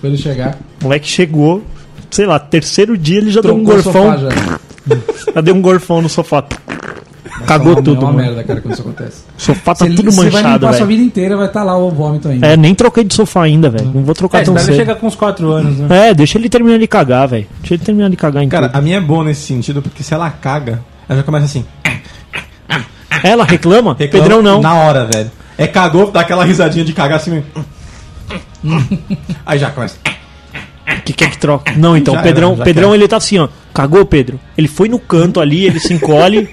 B: Foi ele chegar.
C: O moleque chegou, sei lá, terceiro dia ele já
B: Trocou
C: deu um gorfão.
B: o sofá já.
C: Já deu um gorfão no sofá. Cagou
B: Não,
C: tudo,
B: É uma
C: mano.
B: merda, cara, quando isso acontece.
C: O sofá tá
B: Você-
C: tudo
B: você vai
C: manchado,
B: limpar sua
C: velho.
B: vida inteira, vai estar lá o vômito ainda.
C: É, nem troquei de sofá ainda, velho. Não vou trocar
D: É,
C: tão
D: deve
C: cedo.
D: chegar com uns 4 anos, né?
C: É, deixa ele terminar de cagar, velho. Deixa ele terminar de cagar em
A: Cara,
C: tudo.
A: a minha é boa nesse sentido, porque se ela caga, ela já começa assim.
C: Ela reclama?
A: reclama
C: Pedrão não.
A: Na hora, velho. É cagou, dá aquela risadinha de cagar assim. aí já começa.
C: Que quer que troca? Não, então,
A: Já
C: Pedrão,
A: era, já
C: Pedrão
A: era.
C: ele tá assim, ó. Cagou, Pedro. Ele foi no canto ali, ele se encolhe.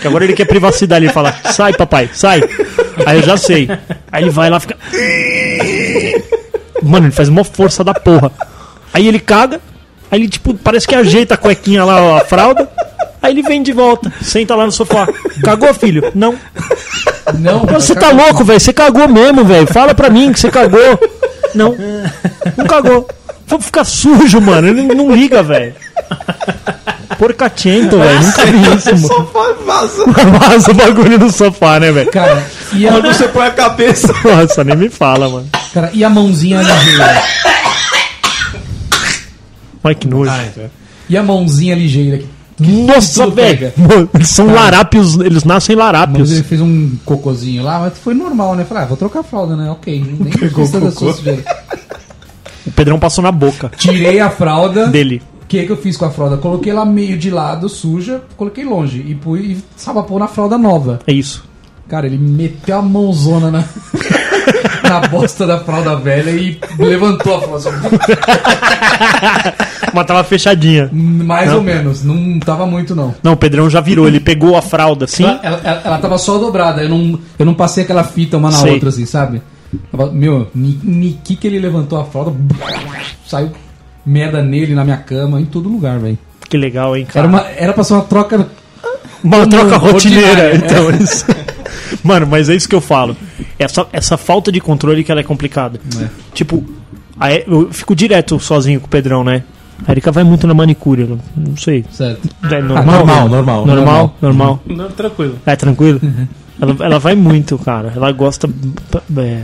C: que agora ele quer privacidade. Ele fala, sai, papai, sai. Aí eu já sei. Aí ele vai lá, fica. Mano, ele faz mó força da porra. Aí ele caga. Aí ele, tipo, parece que ajeita a cuequinha lá, ó, a fralda. Aí ele vem de volta, senta lá no sofá. Cagou, filho? Não.
B: Não,
C: Pô, Você tá louco, velho? Você cagou mesmo, velho. Fala pra mim que você cagou. Não. Não cagou. Vou ficar sujo, mano. Ele não liga, velho. Porcatento, velho. Nunca vi isso, mano.
A: Sofá vaza.
C: Vaza o bagulho do sofá, né, velho?
B: Cara, e a,
A: Quando você põe a cabeça.
C: Nossa, nem me fala, mano.
B: cara, e a mãozinha ligeira?
C: Olha que nojo.
B: E a mãozinha ligeira? que-
C: Nossa,
B: tudo Tá.
C: velho.
B: pega.
C: Mano, Eles são larápios. Eles nascem
B: Uma vez ele
C: larápios.
B: fez um cocôzinho lá, mas foi normal, né? Falei, ah, vou trocar a fralda, né? Ok, nem
A: Pegou
B: precisa
A: o
B: da sua
A: cocô.
B: sujeira.
C: O Pedrão passou na boca
B: Tirei a fralda.
C: dele.
B: O que, que eu fiz com a fralda? Coloquei ela meio de lado, suja, coloquei longe. E pui e sabapou na fralda nova.
C: É isso.
B: Cara, ele meteu a mãozona na, na bosta da fralda velha e levantou a fralda.
C: Mas tava fechadinha.
B: Mais ou menos, não tava muito não.
C: Não, o Pedrão já virou. Ele pegou a fralda assim.
B: Ela, ela, ela- ela tava só dobrada, eu não, eu não passei aquela fita uma na
C: Sei.
B: outra assim, sabe? Tava- Meu, ni- niki que ele levantou a fralda, saiu merda nele, na minha cama, em todo lugar, velho.
C: Que legal, hein, cara.
B: Era, uma, era pra ser uma troca.
C: Uma troca rotineira,
B: rotinária,
C: então. Isso. Mano, mas é isso que eu falo. Essa, essa falta de controle que ela é complicada. Tipo, aí eu fico direto sozinho com o Pedrão, né? A Erika vai muito na manicure, eu não sei.
B: Certo.
C: É normal?
A: Normal, normal.
C: Normal, normal.
D: Não, Tranquilo.
C: É tranquilo? Ela, ela vai muito, cara. Ela gosta. é,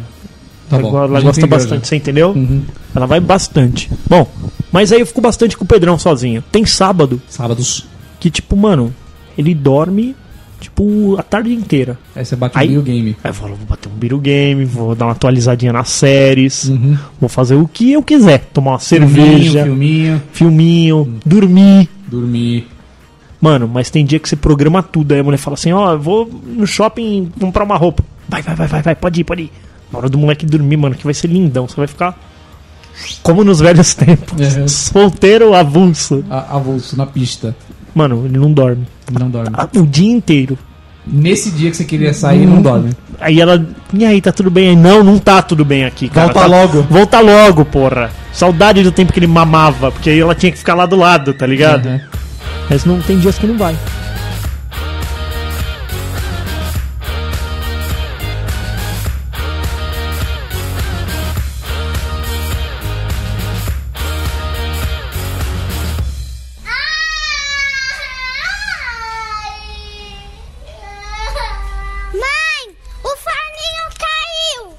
B: Tá
C: ela
B: bom. a gente
C: gosta
B: entendeu
C: bastante, você entendeu?
B: Uhum.
C: Ela vai bastante. Bom, mas aí eu fico bastante com o Pedrão sozinho. Tem sábado
B: já. Sábados.
C: que, tipo, mano, ele dorme, tipo, a tarde inteira.
B: Aí você bate
C: Aí-
B: o game.
C: Aí eu falo, vou bater um Biro Game, vou dar uma atualizadinha nas séries,
B: Uhum.
C: vou fazer o que eu quiser. Tomar uma cerveja,
B: Filminho, Uhum. filminho,
C: filminho, dormir.
B: dormir.
C: Mano, mas tem dia que você programa tudo. Aí a mulher fala assim, ó, eu vou no shopping comprar uma roupa. Vai, vai, vai, vai, vai, pode ir, pode ir. Na hora do moleque dormir, mano, que vai ser lindão. Você vai ficar como nos velhos tempos.
B: Uhum.
C: Solteiro avulso.
B: A- Avulso na pista.
C: Mano, ele não dorme.
B: Não dorme.
C: Ah, O dia inteiro.
B: Nesse dia que você queria sair, não dorme.
C: Aí ela, e aí, tá tudo bem aí? Não, não tá tudo bem aqui, cara.
A: Volta
C: Tá-
A: logo.
C: Volta logo, porra. Saudade do tempo que ele mamava, porque aí ela tinha que ficar lá do lado, tá ligado?
B: Uhum.
C: Mas não tem dias que não vai.
E: Mãe, o forninho caiu!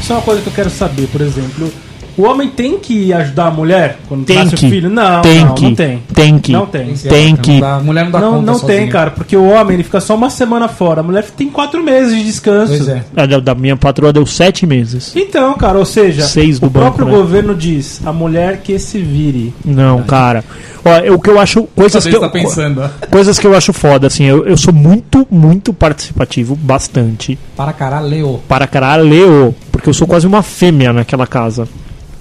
D: Isso é uma coisa que eu quero saber, por exemplo. O homem tem que ajudar a mulher quando
C: Tem
D: nasce
C: que.
D: o filho? Não,
C: tem
D: não,
C: que.
D: não tem.
C: Tem que.
D: Não tem.
C: Tem que.
B: A mulher não dá
D: Não,
B: conta
D: não tem,
B: sozinha.
D: cara, porque o homem ele fica só uma semana fora. A mulher tem quatro meses de descanso.
B: Pois é.
C: A Ah, da- da minha patroa deu sete meses.
D: Então, cara, ou seja,
C: Seis do
D: o próprio
C: banco, né?
D: governo diz, a mulher que se vire.
C: Não, cara. Ó, eu- o que eu acho. Coisas que
B: Você
C: eu,
B: tá pensando, ó.
C: coisas que eu acho foda, assim. Eu, eu sou muito, muito participativo, bastante.
B: Para caralho.
C: Para caralho, porque eu sou quase uma fêmea naquela casa.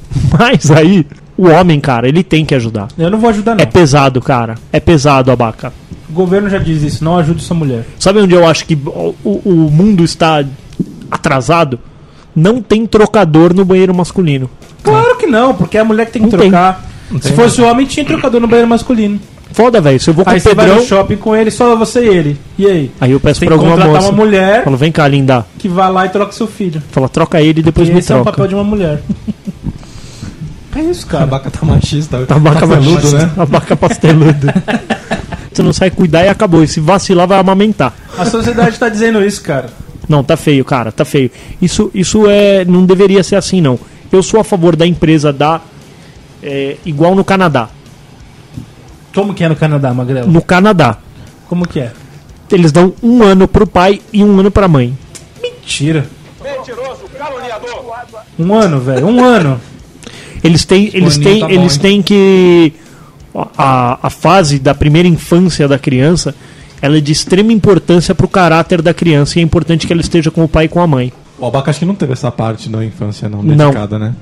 C: Mas aí, o homem, cara, ele tem que ajudar.
D: Eu não vou ajudar, não.
C: É pesado, cara. É pesado, abaca.
D: O governo já diz isso, não ajude sua mulher.
C: Sabe onde eu acho que o, o- o mundo está atrasado? Não tem trocador no banheiro masculino.
D: Claro que não, porque é a mulher que tem que
C: Não tem.
D: trocar. Se fosse o homem, tinha trocador no banheiro masculino.
C: Foda, velho. Se eu vou com
D: Aí
C: o
D: você vai
C: Pedrão.
D: no shopping com ele, só você e ele. E aí?
C: Aí eu peço
D: Tem
C: pra
D: que
C: alguma
D: contratar
C: moça.
D: uma mulher
C: Falo, vem cá, linda.
D: que vá lá e troca seu filho.
C: Fala, troca ele e depois
D: E
C: me
D: esse é o
C: troca.
D: papel de uma mulher. é isso,
A: A
D: cara.
A: vaca tá machista.
C: A vaca
A: Pasteludo,
C: pasteluda,
A: né?
C: A vaca pasteluda. Você não sai cuidar e acabou. E se vacilar, vai amamentar.
D: A sociedade tá dizendo isso, cara.
C: Não, tá feio, cara, tá feio. Isso, isso é, não deveria ser assim, não. Eu sou a favor da empresa dar é, igual no Canadá.
D: Como que é no Canadá, Magrelo?
C: No Canadá,
D: Como que é?
C: eles dão um ano pro pai e um ano pra mãe.
D: Mentira. Um ano, velho. Um ano.
C: Eles têm, eles
B: aninhos
C: têm,
B: tá bom,
C: eles
B: hein?
C: têm que a, a fase da primeira infância da criança, ela é de extrema importância pro caráter da criança e é importante que ela esteja com o pai e com a mãe.
A: O abaca acho que não teve essa parte na infância, não,
C: Não.
A: dedicada, né?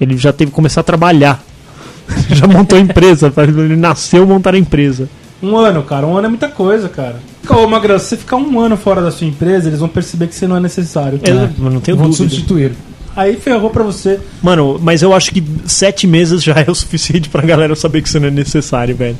C: Ele já teve que começar a trabalhar. já montou a empresa, ele nasceu montar a empresa.
D: Um ano, cara. Um ano é muita coisa, cara. Ô, Magrelo, se você ficar um ano fora da sua empresa, eles vão perceber que você não é necessário.
C: Eu Né? não tenho
B: Vou te
C: dúvida.
B: substituir.
D: Aí ferrou pra você.
C: Mano, mas eu acho que sete meses já é o suficiente pra galera saber que isso não é necessário, velho.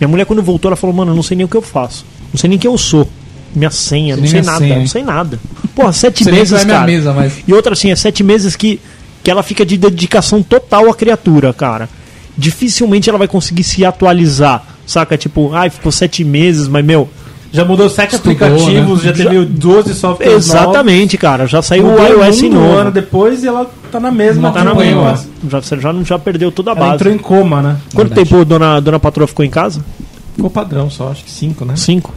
C: Minha mulher, quando voltou, ela falou, mano, eu não sei nem o que eu faço. Não sei nem quem eu sou. Minha
B: Sei
C: senha, não
B: nem
C: sei
B: minha
C: nada,
B: senha,
C: não
B: hein?
C: sei nada. Porra, sete
B: Você nem
C: meses,
B: vai minha
C: cara.
B: mesa, mas.
C: E outra, assim, é sete meses que, que ela fica de dedicação total à criatura, cara. Dificilmente ela vai conseguir se atualizar, saca? Tipo, ai, ficou sete meses, mas, meu...
D: Já mudou sete
B: Estudou,
D: aplicativos, já teve 12 softwares
C: né? Exatamente, cara. Já saiu
D: novos.
C: o
D: Mudou
C: iOS
D: um
C: novo.
D: Um ano depois e ela tá na mesma.
C: Tá na
D: tipo,
B: acompanhou,
C: mão.
D: ela-
B: né?
C: Já, você já, não- já perdeu toda a
D: Ela
C: base.
D: entrou em coma, né?
C: Quanto tempo a dona, dona patroa ficou em casa?
A: Ficou padrão só, acho que cinco, né?
C: Cinco.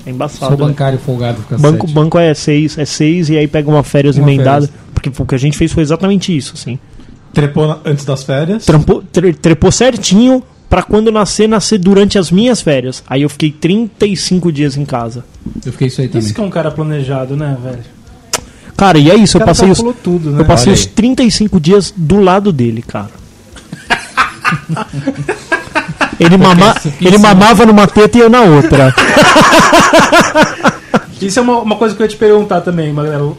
C: É
B: Sou
C: embaçado. né?
B: bancário folgado. fica
C: Banco,
B: sete.
C: banco é seis, é seis e aí pega uma férias
B: Uma
C: emendada. Porque o que a gente fez foi exatamente isso, assim.
A: Trepou na- antes das férias.
C: Trampou, tre- trepou certinho pra quando nascer, nascer durante as minhas férias. Aí eu fiquei 35 dias em casa.
B: Eu fiquei isso aí também.
D: Isso que é um cara planejado, né, velho?
C: Cara, e é isso,
D: O
C: eu
D: cara
C: passei os,
D: calculou tudo, né?
C: eu passei
A: Olha
C: os
A: aí.
C: 35 dias do lado dele, cara. Ele, mama, ele mamava numa teta e eu na outra.
D: Isso é uma, uma coisa que eu ia te perguntar também, Magrelo.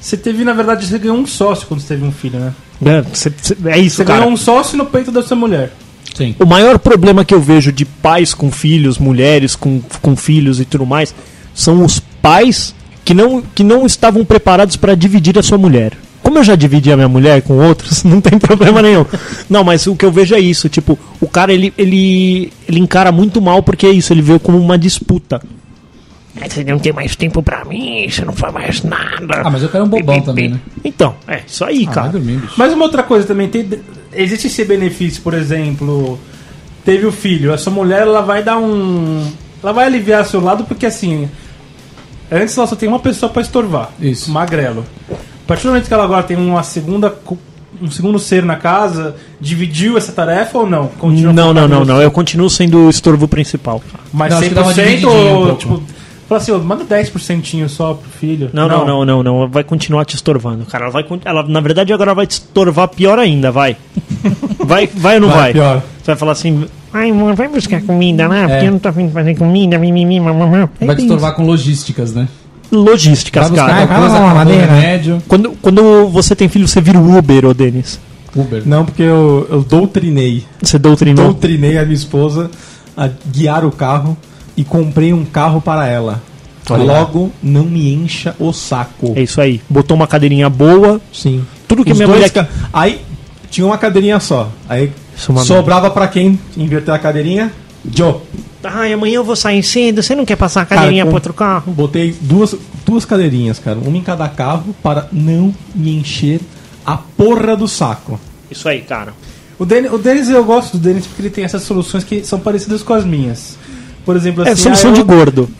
D: Você teve, na verdade, você ganhou um sócio quando você teve um filho, né?
C: É, cê- cê- é isso,
D: Você
C: cara.
D: ganhou um sócio no peito da sua mulher.
B: Sim.
C: O maior problema que eu vejo de pais com filhos, mulheres com, com filhos e tudo mais, são os pais que não, que não estavam preparados para dividir a sua mulher. Como eu já dividi a minha mulher com outros, não tem problema nenhum. Não, mas o que eu vejo é isso, tipo, o cara ele, ele, ele encara muito mal porque é isso, ele vê como uma disputa. Você não tem mais tempo para mim, você não faz mais nada.
B: Ah, mas eu quero um bobão também, né?
C: Então, é isso aí,
B: Ah, vai
C: cara.
B: dormir, bicho.
D: Mas uma outra coisa também, tem, existe esse benefício, por exemplo, teve o filho, a sua mulher ela vai dar um. Ela vai aliviar seu lado, porque assim. Antes ela só tem uma pessoa pra estorvar.
B: Isso.
D: Magrelo. A partir do momento que ela agora tem uma segunda. co- um segundo ser na casa, dividiu essa tarefa ou não? Continua
C: Não, não,
D: focado
C: não,
D: no-
C: não. Eu continuo sendo o estorvo principal.
D: Mas
B: Não, acho que dá uma
D: 100%
B: divididinha um
D: ou,
B: pouco.
D: tipo. Fala assim, ó, manda 10% só pro filho.
C: Não, não, não, não, não. Ela vai continuar te estorvando, cara. Ela vai, con- ela, na verdade, agora vai te estorvar pior ainda, vai. Vai, vai ou não vai?
A: Vai, Ah, pior.
C: Você vai falar assim, ai, amor, vai buscar comida lá,
B: É.
C: porque eu não tô afim de fazer comida, mimimi, mamamã.
B: Vai te estorvar com logísticas, né?
C: Logísticas,
B: Vai buscar
C: cara.
B: qualquer coisa, comprar um remédio.
C: Quando, quando você tem filho, você vira o Uber, ô Denis.
B: Uber.
A: Não, porque eu, eu doutrinei.
C: Você doutrinou.
A: Doutrinei a minha esposa a guiar o carro e comprei um carro para ela.
C: Olha lá.
A: Logo, não me encha o saco.
C: É isso aí. Botou uma cadeirinha boa.
A: Sim.
C: Tudo que
A: Os
C: É. minha
A: dois
C: mulher...
A: ca- Aí tinha uma cadeirinha só. Aí
C: Isso é uma
A: sobrava pra quem inverter a cadeirinha? Joe.
C: Ai, amanhã eu vou sair cedo, você não quer passar a
A: Cara,
C: cadeirinha
A: com-
C: pra outro carro?
A: Botei duas, duas cadeirinhas, cara. Uma em cada carro para não me encher a porra do saco.
C: Isso aí, cara.
D: O Denis, o Denis, eu gosto do Denis porque ele tem essas soluções que são parecidas com as minhas. Por exemplo, assim.
C: É solução
D: ah,
C: de
D: eu-
C: gordo.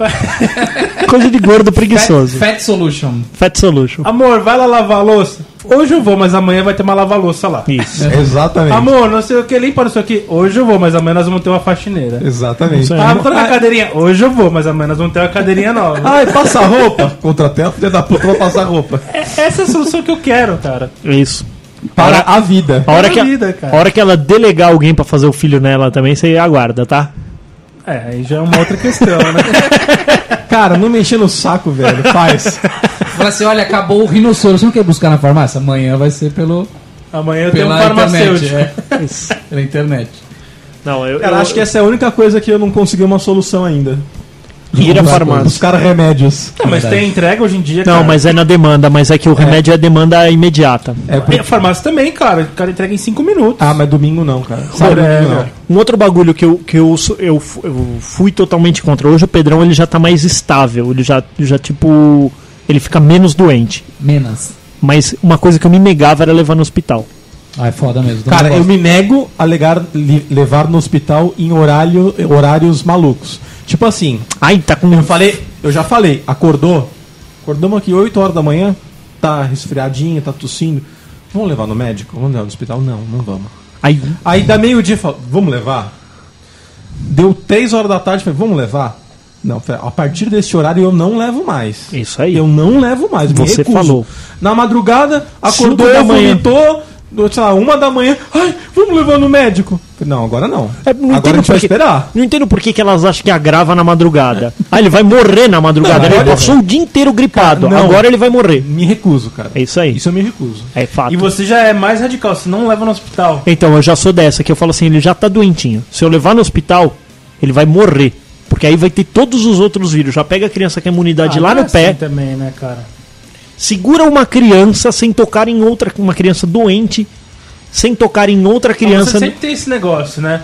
C: Coisa de gordo preguiçoso.
B: Fat, fat Solution.
C: Fat Solution.
D: Amor, vai lá lavar a louça? Hoje eu vou, mas amanhã vai ter uma lava-louça lá.
C: Isso.
A: Exatamente.
D: Amor, não sei o que, limpa não sei o que. Hoje eu vou, mas amanhã nós vamos ter uma faxineira.
A: Exatamente.
C: Isso aí.
D: Ah, vou colocar a cadeirinha. Hoje eu vou, mas amanhã nós vamos ter uma cadeirinha nova.
A: Ai, passa roupa. Contratei a filha da puta pra passar roupa.
D: É- Essa é a solução que eu quero, cara.
C: Isso.
A: Para a vida.
C: A hora, que a,
D: vida, cara.
C: a hora que ela delegar alguém pra fazer o filho nela também, você aguarda, tá?
D: É, aí já é uma outra questão, né?
A: Cara, não me enchendo o saco, velho. Faz.
B: Fala assim, olha, acabou o rinoceuro. Você não quer buscar na farmácia? Amanhã vai ser pelo,
D: Amanhã eu tenho um
B: pela
D: farmacêutico.
B: internet. é. pela internet.
C: Não, eu,
A: Cara, acho que essa é a única coisa que eu não consegui uma solução ainda.
C: ir à
A: Buscar-
C: farmácia.
A: Buscar remédios.
D: Ah, mas tem entrega hoje em dia,
C: Não,
D: cara.
C: mas é na demanda, mas é que o remédio é demanda imediata.
A: É
D: E a farmácia também, cara. O cara entrega em 5 minutos.
A: Ah, mas domingo não, cara. Sábado
C: É,
A: domingo
C: cara. Um outro bagulho que, eu, que eu, sou- eu, fu- eu fui totalmente contra. Hoje o Pedrão ele já tá mais estável, ele já, já tipo. Ele fica menos doente.
B: Menas.
C: Mas uma coisa que eu me negava era levar no hospital.
B: Ah, é foda mesmo.
C: um
A: não. Cara, eu me nego a legar- li- levar no hospital em horário, horários malucos. Tipo assim,
C: Ai, tá com.
A: eu falei, eu já falei, acordou, acordamos aqui 8 horas da manhã, tá resfriadinho, tá tossindo. Vamos levar no médico? Vamos levar no hospital? Não, não vamos.
C: Ai,
A: Aí dá meio-dia e fala, vamos levar? Deu 3 horas da tarde, falei, vamos levar? Não, falei, a partir desse horário eu não levo mais.
C: Isso aí.
A: Eu não levo mais, me
C: Você
A: recuso.
C: falou.
A: Na madrugada, acordou,
C: Cinco da manhã.
A: vomitou, do- sei lá, uma da manhã, ai, vamos levar no médico. Falei, não, agora não.
C: É, não
A: agora a
C: entendo
A: gente vai
C: por quê.
A: esperar.
C: Não entendo por que, que elas acham que agrava na madrugada. Ah, ele vai morrer na madrugada.
A: Não,
C: ele
A: olha-
C: passou o dia inteiro gripado.
A: Cara, não.
C: Agora ele vai morrer.
A: Me recuso, cara.
C: É isso aí.
A: Isso eu me recuso.
C: É fato.
D: E você já é mais radical, você não leva no hospital.
C: Então, eu já sou dessa, que eu falo assim, ele já tá doentinho. Se eu levar no hospital, ele vai morrer. Porque aí vai ter todos os outros vírus. Já pega a criança com a imunidade
D: Ah,
C: lá
D: não é
C: no pé,
D: assim também, né, cara?
C: segura uma criança sem tocar em outra, uma criança doente, sem tocar em outra criança.
D: Então Você sempre tem esse negócio, né?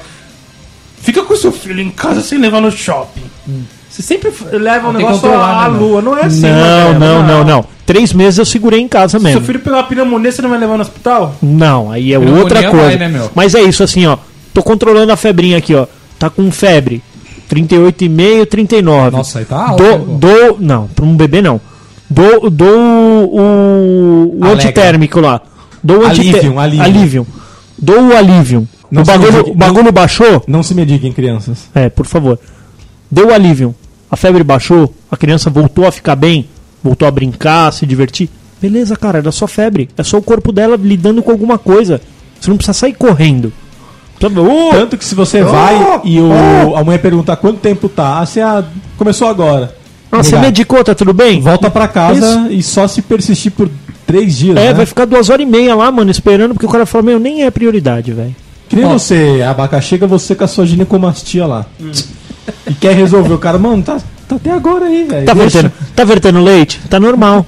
D: Fica com seu filho em casa sem levar no shopping.
C: Hum.
D: Você sempre f- leva um
B: Tem que
D: negócio
B: controlar,
D: à
B: né,
D: lua, não é assim,
C: não,
D: Magrelo,
C: não, não, não. Três meses eu segurei em casa
D: Se seu
C: mesmo.
D: filho pegar uma pneumonia, você não vai levar no hospital?
C: Não, aí é
B: Pneumonia
C: outra
B: vai,
C: coisa.
B: né, meu?
C: Mas é isso, assim, ó. Tô controlando a febrinha aqui, ó. Tá com febre. 38,5, 39.
B: Nossa, aí tá alto,
C: Dou,
B: hein, pô?
C: dou- não, pra um bebê não. Dou, dou o, o
A: Alegra.
C: antitérmico lá. Dou o
A: Alivium,
B: um
C: antitérmico.
A: alivium.
C: Dou o alivium.
A: Não
C: o bagulho,
A: significa-
C: o bagulho baixou?
A: Não se mediquem, crianças.
C: É, por favor. Deu o alivium. A febre baixou, a criança voltou a ficar bem, voltou a brincar, a se divertir. Beleza, cara, era só febre. É só o corpo dela lidando com alguma coisa. Você não precisa sair correndo. Sabe, ô,
B: Tá.
A: Tanto que se você
C: Oh,
A: vai e o, a mulher pergunta quanto tempo tá, assim, ah, começou agora.
C: ah, você
A: Obrigado.
C: medicou, tá tudo bem?
A: Volta pra casa e só se persistir por três dias.
C: É,
A: né?
C: vai ficar duas horas e meia lá, mano, esperando, porque o cara fala, meu, nem é prioridade, velho.
A: Que nem você, abacaxega, você com a sua ginecomastia lá.
C: Hum.
A: E quer resolver. O cara, mano, tá, tá até agora aí, velho.
C: Tá
A: Deixa.
C: vertendo, tá vertendo leite? Tá normal.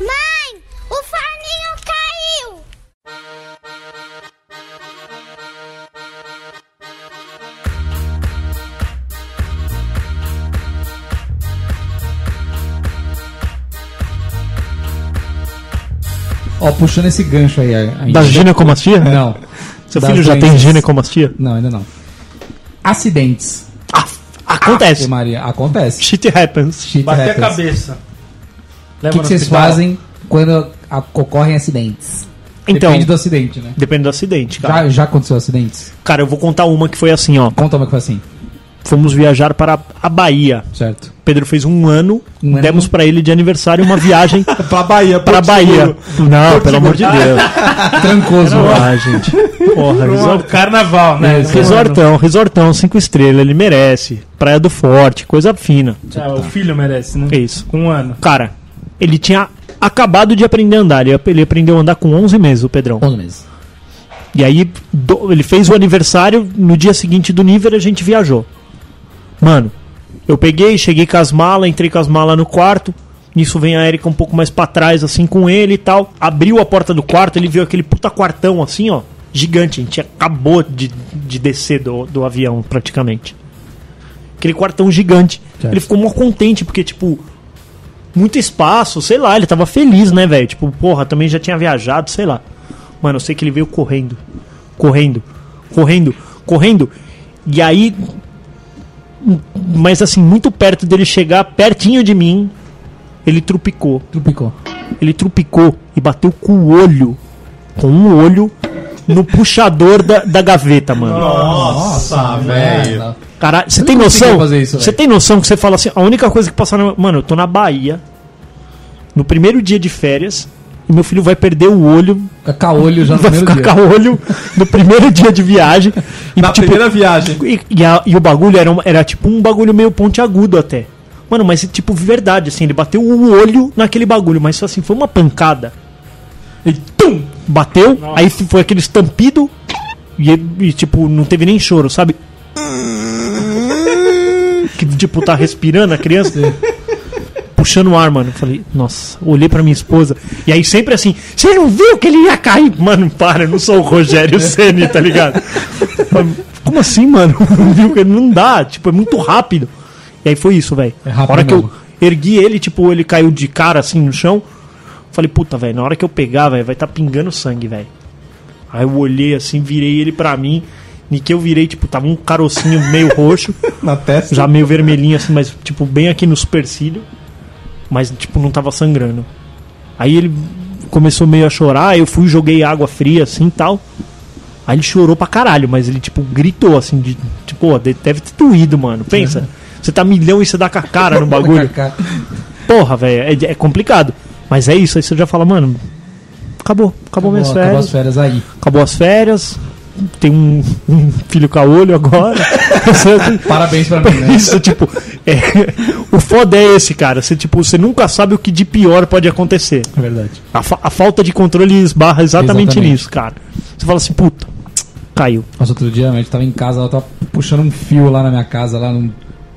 E: Mãe, o forninho caiu!
B: Ó, puxando esse gancho aí. ainda.
C: Da ginecomastia?
B: Não.
C: Seu
B: Das
C: filho já tem
B: doenças.
C: ginecomastia?
B: Não, ainda não. Acidentes.
C: Ah,
B: Ave
C: acontece.
B: Maria, acontece.
C: Shit happens.
B: Shit
D: Bater a
B: happens.
D: cabeça.
B: O
D: Leva
B: que,
D: no
B: que vocês
D: hospital.
B: fazem quando a- ocorrem acidentes?
C: Então,
B: Depende do acidente, né?
C: depende do
D: Tá.
C: acidente, cara.
B: Já, já aconteceu acidentes?
C: Cara, eu vou contar uma que foi assim, ó.
B: Conta como é que foi assim,
C: Fomos viajar para a Bahia.
B: certo?
C: Pedro fez um ano,
B: Um ano.
C: demos pra ele de aniversário uma viagem
A: Pra Bahia,
C: pra
A: Porto
C: Bahia.
A: Seguro.
C: Não, pelo amor de Deus.
B: Trancoso.
D: um
C: Ah, gente. Porra,
D: Não,
C: resort...
D: É carnaval, né? Não,
C: resortão, resortão, cinco estrelas, ele merece. Praia do Forte, coisa fina.
D: não. É, o filho merece, né?
C: É isso.
D: Com um ano.
C: Cara, ele tinha acabado de aprender a andar. Ele ele aprendeu a andar com 11 meses, o Pedrão.
B: 11 meses.
C: E aí do- ele fez o aniversário, no dia seguinte do nível a gente viajou. Mano, eu peguei, cheguei com as malas, entrei com as malas no quarto. Nisso vem a Erika um pouco mais pra trás, assim, com ele e tal. Abriu a porta do quarto, ele viu aquele puta quartão assim, ó. gigante. A gente acabou de, de descer do, do avião, praticamente. Aquele quartão gigante.
A: Certo.
C: Ele ficou mó contente, porque, tipo, muito espaço, sei lá, ele tava feliz, né, velho? Tipo, porra, também já tinha viajado, sei lá. Mano, eu sei que ele veio correndo. Correndo. Correndo. Correndo. E aí. Mas assim, muito perto dele chegar, pertinho de mim, ele trupicou.
B: Trupicou.
C: Ele trupicou e bateu com o olho. Com um olho no puxador da, da gaveta, mano.
D: Ah,
B: Ah,
A: Nossa, velho.
C: Caralho, você
B: Ele
C: tem
B: não conseguiu
C: noção?
B: fazer isso,
C: Você
B: velho.
C: tem noção que você fala assim, a única coisa que passou na... Mano, eu tô na Bahia, no primeiro dia de férias, e meu filho vai perder o olho,
B: Fica caolho já no
C: vai
B: primeiro
C: ficar
B: dia.
C: com o olho no primeiro dia de viagem. E,
A: Na
C: tipo,
A: primeira viagem.
C: e, e a- e o bagulho era, um- era tipo um bagulho meio pontiagudo até. Mano, mas tipo, verdade, assim, ele bateu o olho naquele bagulho, mas assim, foi uma pancada. Ele tum! Bateu, aí f- foi aquele estampido e, e, tipo, não teve nem choro, sabe? Que tipo, tá respirando a criança. né? Puxando o ar, mano. Falei, nossa, olhei pra minha esposa. E aí sempre assim, você não viu que ele ia cair? Mano, para, eu não sou o Rogério Ceni, tá ligado? Como assim, mano? Não viu que não dá, tipo, é muito rápido. E aí foi isso, velho.
B: É rápido
C: a hora que
B: mesmo.
C: eu ergui ele, tipo, ele caiu de cara assim no chão. Falei, puta, velho, na hora que eu pegar, velho, vai tá pingando sangue, velho. Aí eu olhei assim, virei ele pra mim. E que eu virei, tipo, tava um carocinho meio roxo,
A: Na testa.
C: já meio vermelhinho assim, mas tipo, bem aqui no supercílio. Mas, tipo, não tava sangrando. Aí ele começou meio a chorar, eu fui, joguei água fria assim e tal. Aí ele chorou pra caralho, mas ele, tipo, gritou assim, de, tipo, ó, de- deve ter doído, mano. Pensa,
B: É.
C: você tá milhão e você dá com a cara no bagulho. Porra, velho, é, é complicado. Mas é isso, aí você já fala, mano, acabou, acabou, minhas
B: Acabou
C: férias
B: as férias aí.
C: acabou as férias, tem um, um filho caolho agora.
B: Parabéns pra mim, né?
C: Isso, tipo, é, o foda é esse, cara. Você, tipo, você nunca sabe o que de pior pode acontecer.
B: É verdade.
C: A, fa- a falta de controle esbarra exatamente,
B: Exatamente.
C: nisso, cara. Você fala assim, puta, caiu.
B: Nossa, outro dia a gente tava em casa, ela tava puxando um fio lá na minha casa, lá num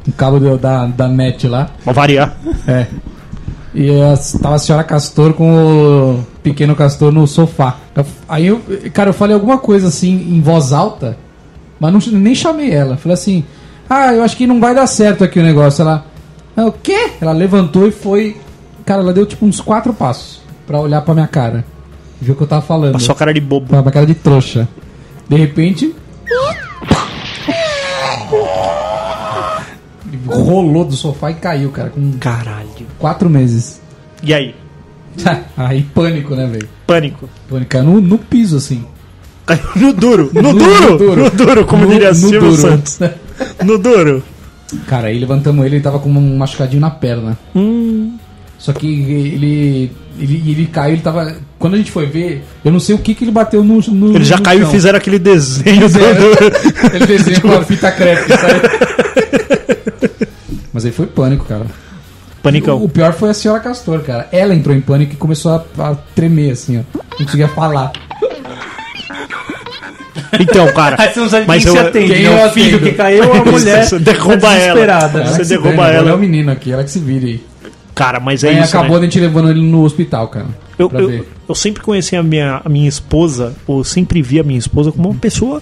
B: um cabo do- da, da net lá.
C: Vai variar.
B: É. E a- tava a senhora Castor com o pequeno Castor no sofá. Eu- Aí eu, cara, eu falei alguma coisa assim em voz alta, mas não- nem chamei ela. Falei assim: Ah, eu acho que não vai dar certo aqui o negócio. Ela, "Ah, o quê? Ela levantou e foi. Cara, ela deu tipo uns quatro passos pra olhar pra minha cara. Viu o que eu tava falando.
C: A sua tá cara de bobo.
B: Pra pra cara de trouxa. De repente. Rolou do sofá e caiu, cara, com
C: Caralho.
B: quatro meses.
C: E aí?
B: Aí pânico, né, velho?
C: Pânico.
B: Pânico, cara, no, no piso, assim.
C: Caiu no duro. No, duro. No duro, como
B: No-
C: diria
B: no
C: Silvio
B: duro.
C: Santos. No duro.
B: Cara, aí levantamos ele, ele tava com um machucadinho na perna.
C: Hum.
B: Só que ele, ele. Ele caiu, ele tava. Quando a gente foi ver, eu não sei o que que ele bateu no. no
C: Ele já
B: no
C: caiu e Tipo-
B: chão.
C: fizeram aquele desenho do
B: Ele desenha com a fita crepe, sabe? Mas aí foi pânico, cara. O,
C: Panicão.
B: o pior foi a senhora Castor, cara. Ela entrou em pânico e começou a, a tremer, assim, ó. Não conseguia falar.
C: Então, cara.
D: Aí você não sabe quem
C: Mas
D: se
C: eu- um
D: atende,
B: quem
D: né?
B: eu
D: O filho
B: atendo?
D: que caiu ou a mulher
C: Você derruba
D: tá
C: ela.
D: desesperada.
C: Você
B: Ela que se
C: derruba
B: dane,
C: ela.
B: É o menino aqui, ela que se vira aí.
C: Cara, mas é
B: aí
C: isso.
B: acabou
C: né?
B: a gente levando ele no hospital, cara.
C: eu,
B: pra
C: eu,
B: ver.
C: eu sempre conheci a minha, a minha esposa, ou sempre vi a minha esposa como uma pessoa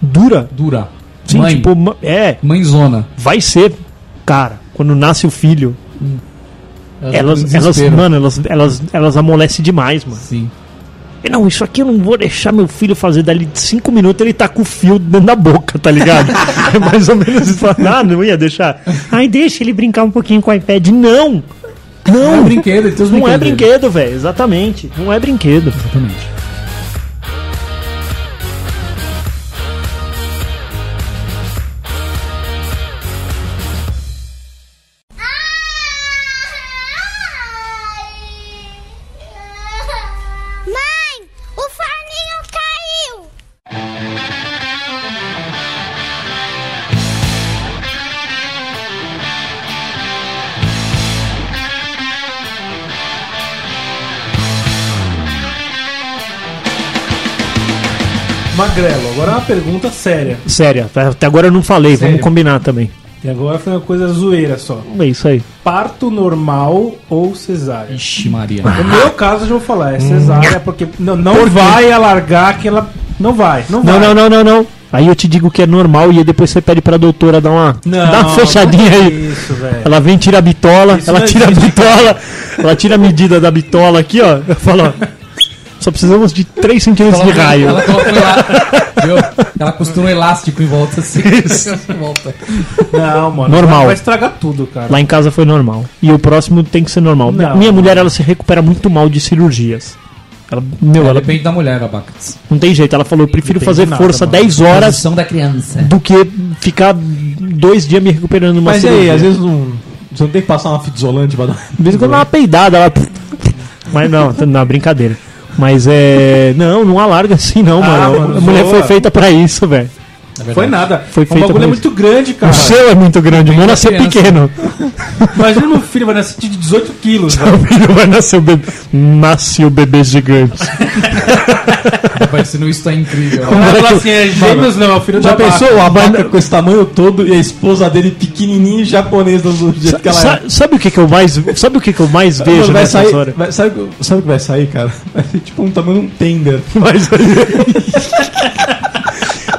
C: dura.
B: Dura.
C: Sim,
B: Mãe.
C: tipo, ma- é,
B: Mãezona.
C: vai ser, cara, quando nasce o filho, elas,
B: ficam em
C: elas,
B: desespero.
C: mano, elas, elas, elas amolecem demais, mano.
B: um Sim.
C: E Não, isso aqui eu não vou deixar meu filho fazer. Dali de cinco minutos ele tá com o fio dentro da boca, tá ligado? é mais ou menos isso. Ah, não ia deixar. Ai, deixa ele brincar um pouquinho com o iPad. Não!
B: Não é brinquedo, ele tem os
C: Não
B: brinquedos dele.
C: é brinquedo, velho. Exatamente. Não é brinquedo.
B: Exatamente.
E: Mãe, o forninho caiu!
D: Magrelo, agora é uma pergunta séria.
C: Sério, até agora eu não falei.
B: Sério?
D: é
C: Vamos combinar também.
D: E agora foi uma coisa zoeira só.
C: É isso aí.
D: Parto normal ou cesárea?
B: Ixi, Maria.
D: No meu caso, eu já vou falar, é cesárea, porque não, não vai alargar que ela. Não vai, não vai.
C: Não, não, não, não, não. Aí eu te digo que é normal e aí depois você pede pra doutora dar uma,
D: Não,
C: dar uma fechadinha
D: não é
C: aí.
D: Isso, velho.
C: Ela vem, tira a bitola,
D: Isso
C: ela
D: não
C: tira a
D: existe,
C: bitola, ela tira a medida da bitola aqui, ó. Eu falo, ó, só precisamos de 3 centímetros de raio.
B: Ela coloca um elástico. viu? Ela costura um elástico em volta assim. em volta.
D: Não, mano.
C: Normal.
D: Vai estragar tudo, cara.
C: Lá em casa foi normal. E o próximo tem que ser normal.
D: Não.
C: Minha mulher, ela se recupera muito mal de cirurgias. Ela, meu, ela
B: Depende da mulher, abacas.
C: não tem jeito. Ela falou, eu prefiro
D: É, Depende
C: fazer
D: de nada,
C: força
D: mano.
C: 10 horas
B: Posição da criança.
C: do que ficar dois dias me recuperando numa
A: Mas e aí,
C: cirurgia.
A: às vezes não. Você não tem que passar uma fita isolante pra dar.
C: De vez em quando dá uma peidada lá. Mas não, tá- não, brincadeira. Mas é. Não, não alarga assim não,
D: Ah,
C: mano.
D: mano,
C: A mulher
D: zoa.
C: foi feita pra isso, velho.
D: Foi nada.
C: Foi
D: o
C: feita
D: bagulho é
C: pra
D: muito grande,
C: O
D: cara.
C: seu é muito grande, o meu
B: da
C: nasceu
B: criança.
C: pequeno.
D: Imagina meu filho, vai nascer de 18 quilos, velho.
C: O filho vai nascer o bebê. Nasce o bebê gigante.
B: Parecendo isso tá incrível.
D: Não vai falar
C: moleque-
D: assim, é gêmeos não, é o filho
A: Já
D: da vaca.
A: pensou o abaca com esse tamanho todo e a esposa dele pequenininha e japonesa do jeito que ela é? né,
C: Sa- sabe o que, que eu mais. Sabe o que, que eu mais
A: Mano,
C: vejo
A: vai
C: nessa
A: sair,
C: história?
A: vai, sabe, o que- sabe o que vai sair, cara? Vai ser tipo um tamanho um tender.
C: Mas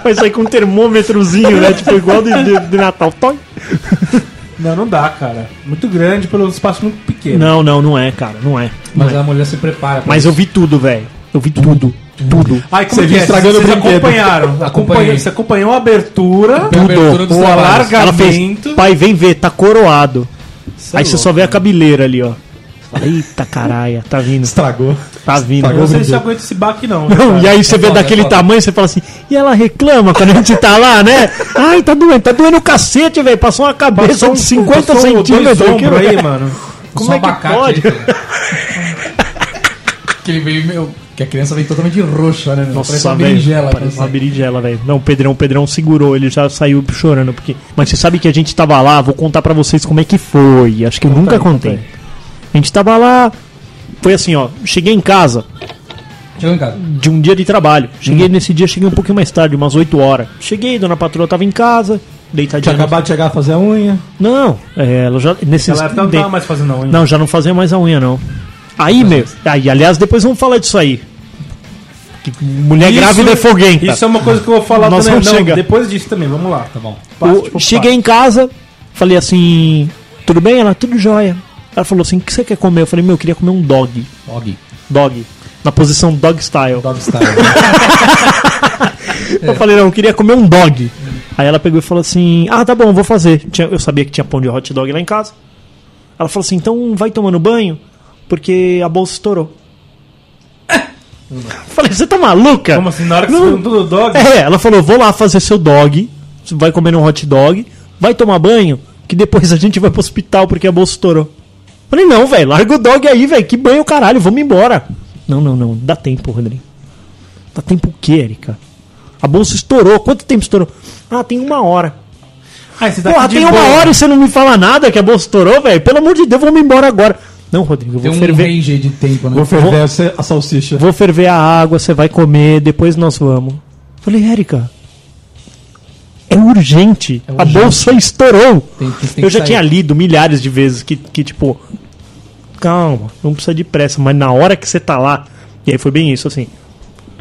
C: Vai sair com um termômetrozinho, né? Tipo, igual de, de- de Natal. Toi.
D: Não, não dá, cara. Muito grande pelo espaço muito pequeno.
C: Não, não, não é, cara. Não é. Não
B: Mas
C: é.
B: a mulher se prepara. pra
C: Mas
B: isso.
C: eu vi tudo, velho. Eu vi tudo. Tudo.
D: Ai, como
A: Você
D: que
A: viu
D: é?
A: estragando
D: Vocês
A: o brinquedo.
D: acompanharam. Acompanhou,
B: Acompanhei.
D: você acompanhou a abertura,
B: Tem a abertura dos
D: o
B: trabalhos.
D: alargamento.
C: Ela fez. Pai, vem ver, tá coroado.
D: Cê é
C: Aí você
D: louco.
C: só vê a cabeleira ali, ó. Fala, Eita caralho, tá vindo,
A: Estragou.
C: tá vindo.
D: Eu não
A: Estragou.
D: sei se aguenta esse baque, não.
C: Não, e aí você vê
B: foda, é
C: daquele
B: foda.
C: tamanho, você fala assim, e ela reclama quando a gente tá lá, né? Ai, tá doendo, tá doendo o cacete, velho. Passou uma
A: um
C: cabeça de 50 centímetros. aqui,
D: ombros aí,
C: velho.
D: mano.
C: Como
B: Só
C: é que
B: abacate,
C: pode?
B: cara. que ele veio, meu. Que a criança veio totalmente roxa, né? meu? Parece
C: Nossa,
B: uma
C: velho.
B: berinjela. né?
C: Parece uma
B: cara.
C: berinjela, velho. Não, o Pedrão, o Pedrão segurou, ele já saiu chorando. porque Mas você sabe que a gente tava lá, vou contar pra vocês como é que foi. Acho que eu nunca contei. A gente tava lá, foi assim, ó. Cheguei em casa
B: Chegou em casa.
C: de um dia de trabalho. Cheguei nesse dia, cheguei um pouquinho mais tarde, umas 8 horas. Cheguei, dona patroa tava em casa,
A: Tinha
C: deitadinha. no-
A: acabado de chegar a fazer a unha.
C: Não, é, ela já. Nesse
D: Ela não
C: de-
D: tava tá mais fazendo unha.
C: Não, já não fazia mais a unha, não. Aí, meu. Aí, aliás, depois vamos falar disso aí. Que mulher
D: Isso-
C: grávida é foguenta.
D: Isso é uma coisa que eu vou falar
C: Nós
D: também.
C: vamos chegar.
D: depois disso também, vamos lá.
B: Tá bom.
D: Passo,
C: Eu
D: tipo,
C: cheguei em casa, falei assim: tudo bem? Ela, tudo jóia. Ela falou assim: o que você quer comer? Eu falei: meu, eu queria comer um dog.
B: Dog.
C: Dog. Na posição dog style.
B: Dog style.
D: é.
C: Eu falei: não, eu queria comer um dog. Aí ela pegou e falou assim: ah, tá bom, vou fazer. Tinha- eu sabia que tinha pão de hot dog lá em casa. Ela falou assim: então vai tomando banho, porque a bolsa estourou. Eu falei: você tá maluca?
D: É. Como assim, na hora que
C: Não.
D: você perguntou do dog,
C: É, ela falou: vou lá fazer seu dog. Você vai comer um hot dog, vai tomar banho, que depois a gente vai pro hospital porque a bolsa estourou. Falei, não, velho, larga o dog aí, velho. Que banho, caralho, vamos embora. Não, não, não. Dá tempo, Rodrigo. Dá tempo o quê, Erika? A bolsa estourou. Quanto tempo estourou? Ah, tem uma hora.
D: Ah, você tá
C: Porra,
D: aqui de
C: tem uma
D: boa.
C: hora e você não me fala nada que a bolsa estourou, velho. Pelo amor de Deus, vamos embora agora. Não, Rodrigo, eu
B: Tem
C: vou
B: um
C: ferver.
B: range de tempo, né?
A: Vou ferver essa- a salsicha.
C: Vou ferver a água, você vai comer, depois nós vamos. Falei, Érica, é urgente.
B: É
C: A
B: urgente.
C: bolsa estourou.
B: Tem que- tem
C: Eu
B: que
C: já
B: sair.
C: tinha lido milhares de vezes que, que, tipo, calma, não precisa de pressa, mas na hora que você tá lá. E aí foi bem isso, assim.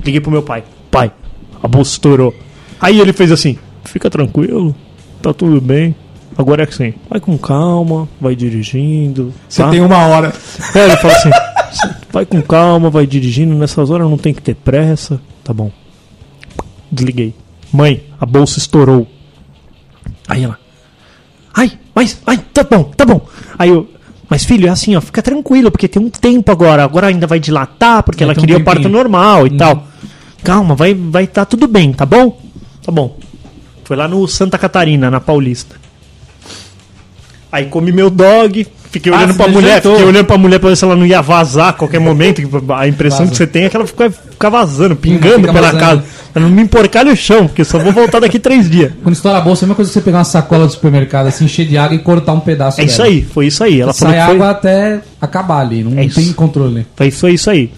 C: Liguei pro meu pai: pai, a bolsa estourou. Aí ele fez assim: fica tranquilo, tá tudo bem. Agora é assim, vai com calma, vai dirigindo.
A: Você
C: tá?
B: um
A: tem uma hora.
C: É, ele fala assim: vai com calma, vai dirigindo, nessas horas não tem que ter pressa. Tá bom. Desliguei. Mãe, a bolsa estourou. Aí ela. Ai, mas, ai, tá bom, tá bom. Aí eu. Mas filho, é assim, ó, fica tranquilo, porque tem um tempo agora. Agora ainda vai dilatar, porque
B: Vai
C: ela
B: ter um
C: queria o parto
B: tempinho. Hum.
C: normal e tal. Calma, vai vai tá tudo bem, tá bom? Tá bom. Foi lá no Santa Catarina, na Paulista. Aí comi meu dog, fiquei
D: Ah,
C: olhando
D: você
C: pra mulher,
D: jantou.
C: fiquei olhando pra mulher pra ver se ela não ia vazar a qualquer momento. que A impressão
B: Vaza.
C: que você tem é que ela fica, fica vazando, pingando
B: Fica
C: pela
B: vazando.
C: casa. Pra não me emporcar no chão, porque eu só vou voltar daqui três dias.
B: Quando estoura a bolsa, é a mesma coisa que você pegar uma sacola do supermercado, assim, cheia de água e cortar um pedaço
C: É isso
B: dela.
C: aí, foi isso aí. Ela falou
B: Sai
C: que foi,
B: água até acabar ali, não
C: É isso.
B: tem controle.
C: foi, foi isso aí.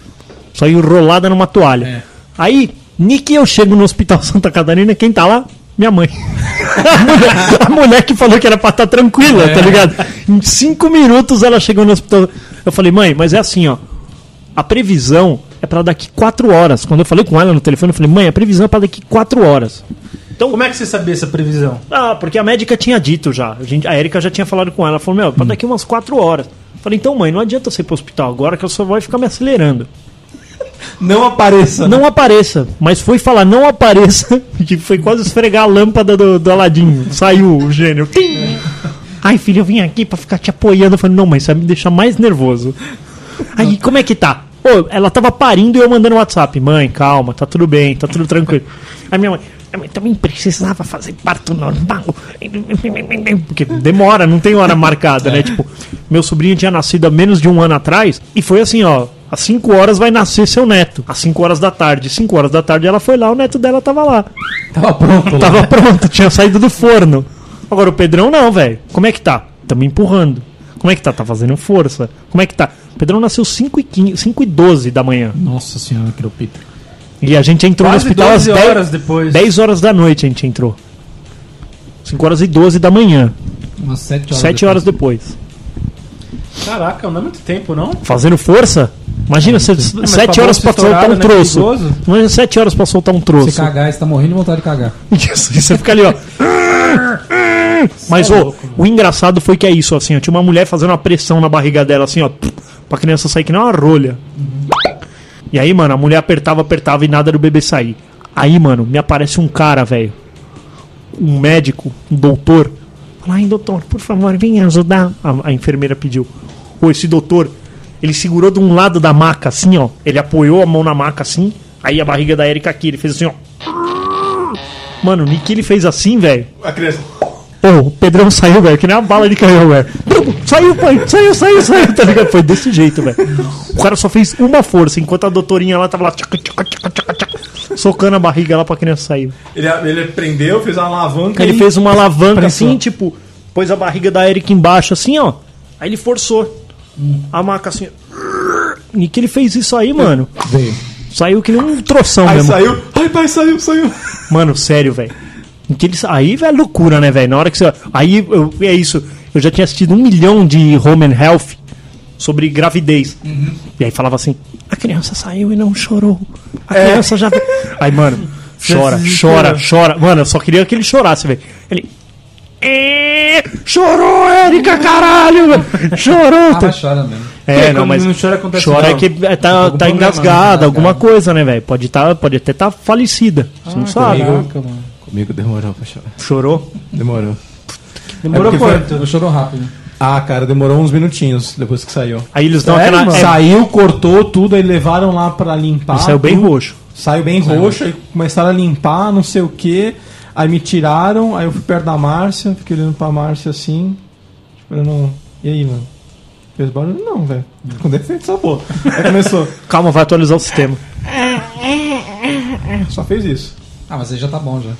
C: Só enrolada numa toalha.
B: É.
C: Aí, Nick, eu chego no Hospital Santa Catarina, quem tá lá? Minha mãe. a, mulher, a mulher que falou que era pra estar tranquila,
B: É.
C: tá ligado? Em cinco minutos ela chegou no hospital. Eu falei, mãe, mas é assim, ó. A previsão é pra daqui quatro horas. Quando eu falei com ela no telefone, eu falei, mãe, a previsão é pra daqui quatro horas. então.
D: Como é que você sabia essa previsão?
C: Ah, porque a médica tinha dito já. A, gente, a Erika já tinha falado com ela. Ela falou, meu, pra daqui umas quatro horas. Eu falei, então, mãe, não adianta você ir pro hospital agora que eu só vou ficar me acelerando.
A: Não apareça.
C: Não apareça, mas foi falar não apareça, que foi quase esfregar a lâmpada do, do Aladim. Saiu o gênio. Tim! Ai, filho, eu vim aqui pra ficar te apoiando. Eu falei, não, mãe, isso vai me deixar mais nervoso. Aí, como é que tá? Ô, ela tava parindo e eu mandando WhatsApp. Mãe, calma, tá tudo bem, tá tudo tranquilo. Aí minha mãe, "Ah, mas também precisava fazer parto normal. Porque demora, não tem hora marcada, né? Tipo, meu sobrinho tinha nascido há menos de um ano atrás e foi assim, ó. Às 5 horas vai nascer seu neto. Às 5 horas da tarde. 5 horas da tarde ela foi lá, o neto dela tava lá.
B: Tava pronto. lá.
C: Tava pronto, tinha saído do forno. Agora o Pedrão não, velho. Como é que tá? Tamo empurrando. Como é que tá? Tá fazendo força. Como é que tá? O Pedrão nasceu 5 e, 15, 5 e 12 da manhã.
B: Nossa senhora, que pito.
C: E a gente entrou
D: Quase
C: no hospital às
D: 12
C: 10,
D: horas depois.
C: 10 horas da noite a gente entrou. 5 horas e 12 da manhã.
B: Umas 7 horas.
C: 7
B: depois.
C: horas depois.
D: Caraca, não é muito tempo, não?
C: Fazendo força? Imagina,
D: É, mas
C: 7
D: pra
C: horas
D: bolsa
C: pra soltar
D: estourada,
C: um
D: né,
C: troço.
D: perigoso.
C: Imagina 7 horas pra soltar um troço.
B: Você cagar, você tá morrendo de vontade de cagar.
C: Isso, e você fica ali, ó. Mas ô, o engraçado foi que é isso, assim, ó, tinha uma mulher fazendo uma pressão na barriga dela, assim, ó, pra criança sair que nem uma rolha. E aí, mano, a mulher apertava, apertava e nada do bebê sair. Aí, mano, me aparece um cara, velho, um médico, um doutor. Fala, ai, doutor, por favor, vem ajudar. A, a enfermeira pediu. Ô, esse doutor, ele segurou de um lado da maca, assim, ó. Ele apoiou a mão na maca, assim. Aí a barriga da Erika aqui, ele fez assim, ó. Mano, o Nick ele fez assim, velho.
A: A criança.
C: Pô, o Pedrão saiu, velho, que nem uma bala de canhão, velho. Pum, Saiu, pai, saiu, saiu, saiu, tá ligado? Foi desse jeito, velho. O cara só fez uma força, enquanto a doutorinha lá tava lá, tchaca, tchaca, tchaca, tchaca, tchaca, socando a barriga lá pra criança sair.
A: Ele, ele prendeu, fez uma alavanca.
C: Ele
A: e-
C: fez uma alavanca
A: pressão.
C: assim, tipo, pôs a barriga da Eric embaixo, assim, ó. Aí ele forçou. A maca assim. ó. Nick ele fez isso aí, mano.
B: Veio.
C: Saiu que nem um troção
A: Aí
C: mesmo.
A: saiu. Ai, pai, saiu, saiu.
C: Mano, sério, velho. Que eles- Aí, velho, loucura, né, velho? Na hora que você. Aí, eu- é isso. Eu já tinha assistido um milhão de Home and Health sobre gravidez.
D: Uhum.
C: E aí falava assim: a criança saiu e não chorou. A
D: É.
C: criança já. Aí, mano, chora, chora, chora. Mano, eu só queria que ele chorasse, velho. Ele. "É, Chorou, Erika, caralho! velho.
D: Ah,
C: Chorou!
B: Tava chorando mesmo.
C: É, não,
D: quando
C: mas
D: não chora, acontece
C: chora
D: não.
C: é que é, tá,
B: algum
C: tá
B: problema,
C: engasgada,
B: né,
C: alguma
B: cara?
C: coisa, né, velho? Pode, tá, pode até estar tá falecida. Você
D: Ah,
C: não sabe.
D: Caraca, mano.
A: Comigo demorou pra chorar.
C: Chorou?
A: Demorou. É
D: Demorou
A: porque foi-
D: quanto?
B: Eu chorou rápido.
A: Ah, cara, demorou uns minutinhos depois que saiu.
C: Aí eles dão
A: Sério,
C: aquela.
A: mano? é
C: é,
A: Saiu, cortou tudo, aí levaram lá pra limpar.
C: ele saiu bem
A: tudo.
C: roxo.
A: Saiu bem roxo, aí começaram a limpar, não sei o que. Aí me tiraram, aí eu fui perto da Márcia, fiquei olhando pra Márcia assim. Tipo, eu não. E aí, mano? Fez barulho? Não, velho. Com defeito essa porra. Aí começou.
C: Calma, vai atualizar o sistema.
A: Só fez isso.
B: Ah, mas aí já tá bom já.